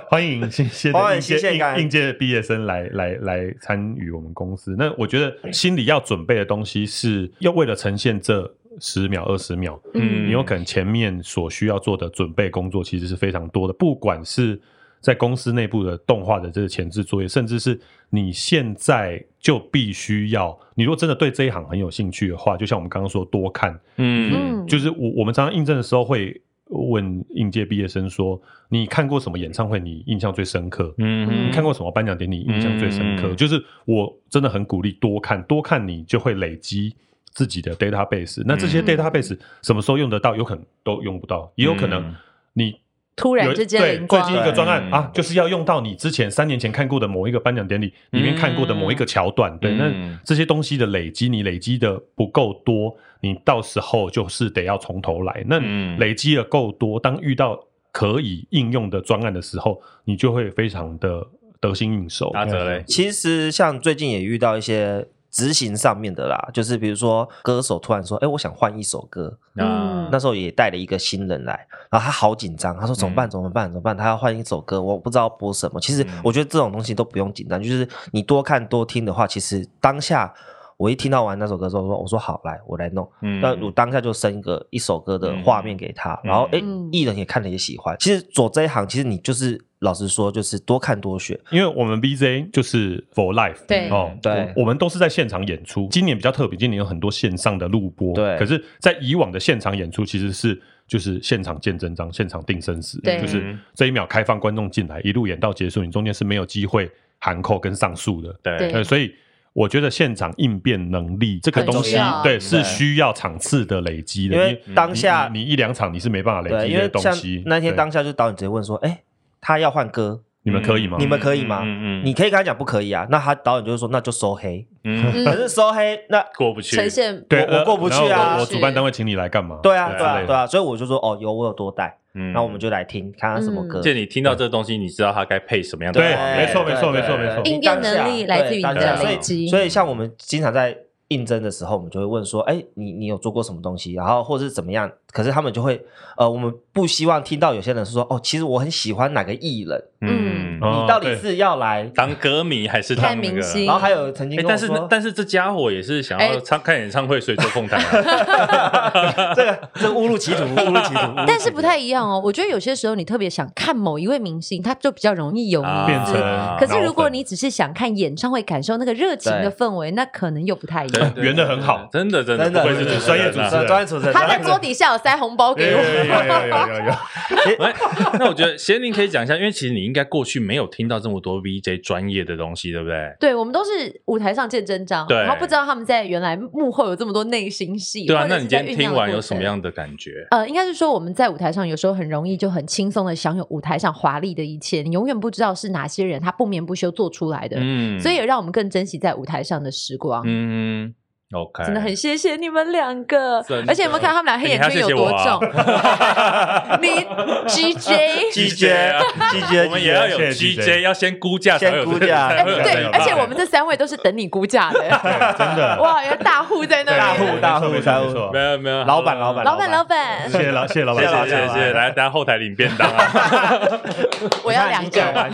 Speaker 2: 欢迎新鲜
Speaker 3: 欢
Speaker 2: 的
Speaker 3: 迎
Speaker 2: 应
Speaker 3: 新
Speaker 2: 届
Speaker 3: 鲜肝
Speaker 2: 应应届的毕业生来来来参与我们公司。那我觉得心里要准备的东西是要为了呈现这十秒二十秒，
Speaker 1: 嗯
Speaker 2: 你有可能前面所需要做的准备工作其实是非常多的，不管是在公司内部的动画的这个前置作业，甚至是你现在就必须要，你如果真的对这一行很有兴趣的话，就像我们刚刚说，多看，
Speaker 1: 嗯，
Speaker 4: 嗯，
Speaker 2: 就是我我们常常应征的时候会问应届毕业生说，你看过什么演唱会你印象最深刻？
Speaker 1: 嗯
Speaker 2: 你看过什么颁奖典礼印象最深刻？
Speaker 1: 嗯
Speaker 2: 就是我真的很鼓励多看，多看你就会累积自己的 database。那这些
Speaker 4: 嗯
Speaker 2: database 什么时候用得到？有可能都用不到，也有可能
Speaker 1: 嗯
Speaker 2: 你
Speaker 4: 突然
Speaker 2: 有
Speaker 4: 之间
Speaker 2: 对
Speaker 4: 灵
Speaker 2: 最
Speaker 4: 光
Speaker 2: 近 一个专案
Speaker 1: 嗯
Speaker 2: 啊，就是要用到你之前三年前看过的某一个颁奖典礼里面看过的某一个桥段。对，
Speaker 1: 嗯
Speaker 2: 那这些东西的累积，你累积的不够多，你到时候就是得要从头来。那
Speaker 1: 嗯
Speaker 2: 累积的够多，当遇到可以应用的专案的时候，你就会非常的得心应手。
Speaker 1: 阿哲嘞，
Speaker 3: 其实像最近也遇到一些执行上面的啦，就是比如说歌手突然说，哎，我想换一首歌，
Speaker 1: 那
Speaker 4: 嗯
Speaker 3: 那时候也带了一个新人来，然后他好紧张，他说怎么办？
Speaker 2: 嗯
Speaker 3: 怎么办？怎么办？他要换一首歌，我不知道播什么。其实
Speaker 1: 嗯
Speaker 3: 我觉得这种东西都不用紧张，就是你多看多听的话，其实当下我一听到完那首歌之后，我说我说好，来我来弄。
Speaker 1: 嗯
Speaker 3: 那我当下就生一个一首歌
Speaker 2: 嗯
Speaker 3: 的画面给他，然后哎
Speaker 4: 嗯，
Speaker 3: 艺人也看了也喜欢。其实做这一行，其实你就是老实说，就是多看多学。
Speaker 2: 因为我们 VJ 就是 for life，
Speaker 4: 对
Speaker 2: 哦，
Speaker 3: 对
Speaker 2: 我，我们都是在现场演出。今年比较特别，今年有很多线上的录播，
Speaker 3: 对
Speaker 2: 可是，在以往的现场演出其实是就是现场见真章，现场定生死，
Speaker 4: 对
Speaker 2: 就是这一秒开放观众进来，一路演到结束，你中间是没有机会喊扣跟上诉的。
Speaker 1: 对
Speaker 4: 对
Speaker 2: 呃，所以我觉得现场应变能力这个
Speaker 4: 很
Speaker 2: 东
Speaker 4: 重
Speaker 2: 西
Speaker 4: 要，
Speaker 2: 对，是
Speaker 3: 对
Speaker 2: 需要场次的累积的，
Speaker 3: 因为当
Speaker 2: 你
Speaker 3: 下
Speaker 2: 你你一两场你是没办法累
Speaker 3: 对，
Speaker 2: 积
Speaker 3: 因
Speaker 2: 这些
Speaker 3: 为
Speaker 2: 东
Speaker 3: 像
Speaker 2: 西。
Speaker 3: 那天
Speaker 2: 对
Speaker 3: 当下就导演直接问说，哎，他要换歌，
Speaker 2: 你们可以吗？
Speaker 3: 你们可以吗？
Speaker 1: 嗯嗯嗯
Speaker 3: 你可以跟他讲不可以啊，那他导演就会说那就收黑，
Speaker 1: 嗯，
Speaker 3: 可是收黑那
Speaker 1: 过不去，
Speaker 4: 呈现
Speaker 2: 对，
Speaker 3: 我我
Speaker 2: 呃
Speaker 3: 过不去啊
Speaker 2: 然后我我
Speaker 4: 是
Speaker 2: 主办单位请你来干嘛？
Speaker 3: 对啊
Speaker 1: 对
Speaker 3: 对
Speaker 2: 之类
Speaker 3: 啊
Speaker 2: 的
Speaker 3: 对啊，所以我就说哦有我有多带，
Speaker 1: 嗯
Speaker 3: 然后我们就来听看看什么歌
Speaker 1: 而。且你听到这个东西，你知道它该配什么样的
Speaker 2: 对
Speaker 1: 画面。
Speaker 2: 没错没错
Speaker 3: 对
Speaker 2: 没错
Speaker 3: 对
Speaker 2: 没错
Speaker 3: 对
Speaker 4: 应变能力来自于你
Speaker 3: 当
Speaker 4: 的
Speaker 3: 下
Speaker 4: 累积
Speaker 3: 所以所以像我们经常在应征的时候，我们就会问说，哎，你你有做过什么东西，然后或是怎么样？可是他们就会呃，我们不希望听到有些人是说，哦，其实我很喜欢哪个艺人，
Speaker 1: 嗯，
Speaker 2: 哦
Speaker 3: 你到底
Speaker 2: 对
Speaker 3: 是要来？
Speaker 1: 当歌迷还是当
Speaker 4: 看
Speaker 1: 那
Speaker 4: 明
Speaker 1: 个？
Speaker 4: 星
Speaker 3: 然后还有曾经
Speaker 1: 哎，
Speaker 3: 跟我
Speaker 1: 但是
Speaker 3: 说，
Speaker 1: 但是这家伙也是想
Speaker 4: 哎
Speaker 1: 要唱看演唱会，所以做凤台啊。
Speaker 3: 这个这误入歧途，误入歧途。
Speaker 4: 但是不太一样哦，我觉得有些时候你特别想看某一位明星，他就比较容易有迷
Speaker 1: 啊
Speaker 2: 变成
Speaker 4: 思。
Speaker 1: 啊
Speaker 4: 可是如
Speaker 2: 脑
Speaker 4: 果
Speaker 2: 粉
Speaker 4: 你只是想看演唱会，感受那个热情的氛围，那可能又不太一样。
Speaker 2: 圆得很好
Speaker 1: 真的真的
Speaker 3: 真的
Speaker 1: 不愧是
Speaker 2: 真的
Speaker 1: 主持人啊
Speaker 2: 专业主持人
Speaker 3: 专专业主持人，
Speaker 4: 他在桌底下有塞红包
Speaker 2: 有
Speaker 4: 给
Speaker 2: 有
Speaker 4: 我，
Speaker 2: 有有有有有，
Speaker 1: 哎，那我觉得贤玲可以讲一下，因为其实你应该过去没有听到这么多 VJ 专业的东西，对不对？
Speaker 4: 对我们都是舞台上见真章，
Speaker 1: 对
Speaker 4: 然后不知道他们在原来幕后有这么多内心戏。
Speaker 1: 对啊，
Speaker 4: 或者
Speaker 1: 那
Speaker 4: 是
Speaker 1: 你今
Speaker 4: 在
Speaker 1: 天
Speaker 4: 酝
Speaker 1: 听
Speaker 4: 酿的
Speaker 1: 完
Speaker 4: 过
Speaker 1: 有什么
Speaker 4: 程
Speaker 1: 样的感觉？
Speaker 4: 呃，应该是说我们在舞台上有时候很容易就很轻松的享有舞台上华丽的一切，你永远不知道是哪些人他不眠不休做出来的，
Speaker 1: 嗯
Speaker 4: 所以也让我们更珍惜在舞台上的时光。
Speaker 1: 嗯，OK，
Speaker 4: 真的很谢谢你们两个
Speaker 1: 真的，
Speaker 4: 而且有没有看他们俩黑眼圈有多重？你 G J。
Speaker 3: 拒绝拒绝，
Speaker 1: 啊 我们也要有
Speaker 2: 啊谢谢
Speaker 1: GJ，要先估价才会有
Speaker 3: 先估价
Speaker 1: 才
Speaker 4: 哎，
Speaker 1: 会有这
Speaker 4: 对，
Speaker 1: 个
Speaker 4: 而且我们这三位都是等你估价的，真
Speaker 2: 的
Speaker 4: 哇，有大户在那
Speaker 3: 大户
Speaker 4: 里，
Speaker 2: 对
Speaker 3: 大户
Speaker 2: 没错
Speaker 3: 大户
Speaker 2: 没
Speaker 1: 没
Speaker 2: 错没错
Speaker 1: 有没有嗯
Speaker 3: 老板老板
Speaker 4: 老板老 板
Speaker 2: 谢，谢老谢谢老
Speaker 1: 谢
Speaker 2: 板，
Speaker 1: 谢谢谢，来，大家后台领便当 啊！
Speaker 4: 我要两个，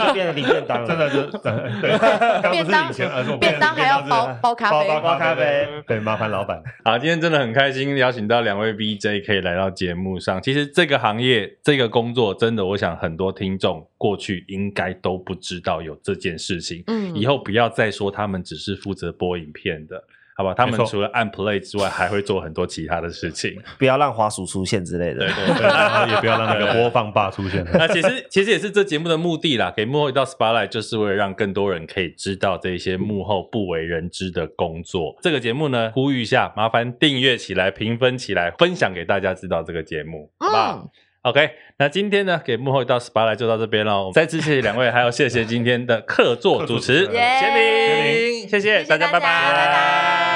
Speaker 3: 就变成零便当 了，
Speaker 2: 真的就呃 对，刚刚
Speaker 4: 便
Speaker 2: 不是
Speaker 4: 当
Speaker 2: 以前，而呃是我们
Speaker 4: 便当还要
Speaker 2: 是
Speaker 4: 包包咖啡
Speaker 2: 包包咖
Speaker 3: 包咖啡
Speaker 2: 啡，对，麻烦老板。
Speaker 1: 好，今天真的很开心，邀请到两位 VJ 可以来到节目上。其实这个行业、这个工作，真的，我想很多听众过去应该都不知道有这件事情。
Speaker 4: 嗯
Speaker 1: 以后不要再说他们只是负责播影片的，好吧？他们
Speaker 2: 没错
Speaker 1: 除了按 play 之外，还会做很多其他的事情。
Speaker 3: 不要让滑鼠出现之类的。
Speaker 2: 对然后也不要让那个播放霸出现。
Speaker 1: 那其实其实也是这节目的目的啦，给幕后一道 spotlight，就是为了让更多人可以知道这些幕后不为人知的工作。这个节目呢，呼吁一下，麻烦订阅起来、评分起来、分享给大家知道这个节目，好不好？
Speaker 4: 嗯，
Speaker 1: OK，那今天呢，给幕后一道 spotlight 就到这边了。我们再次谢谢两位，还有谢谢今天的客座主持
Speaker 2: 客座主持
Speaker 1: 贤
Speaker 4: 耶
Speaker 1: 玲，谢谢
Speaker 4: 谢谢
Speaker 1: 大家，
Speaker 4: 大家拜拜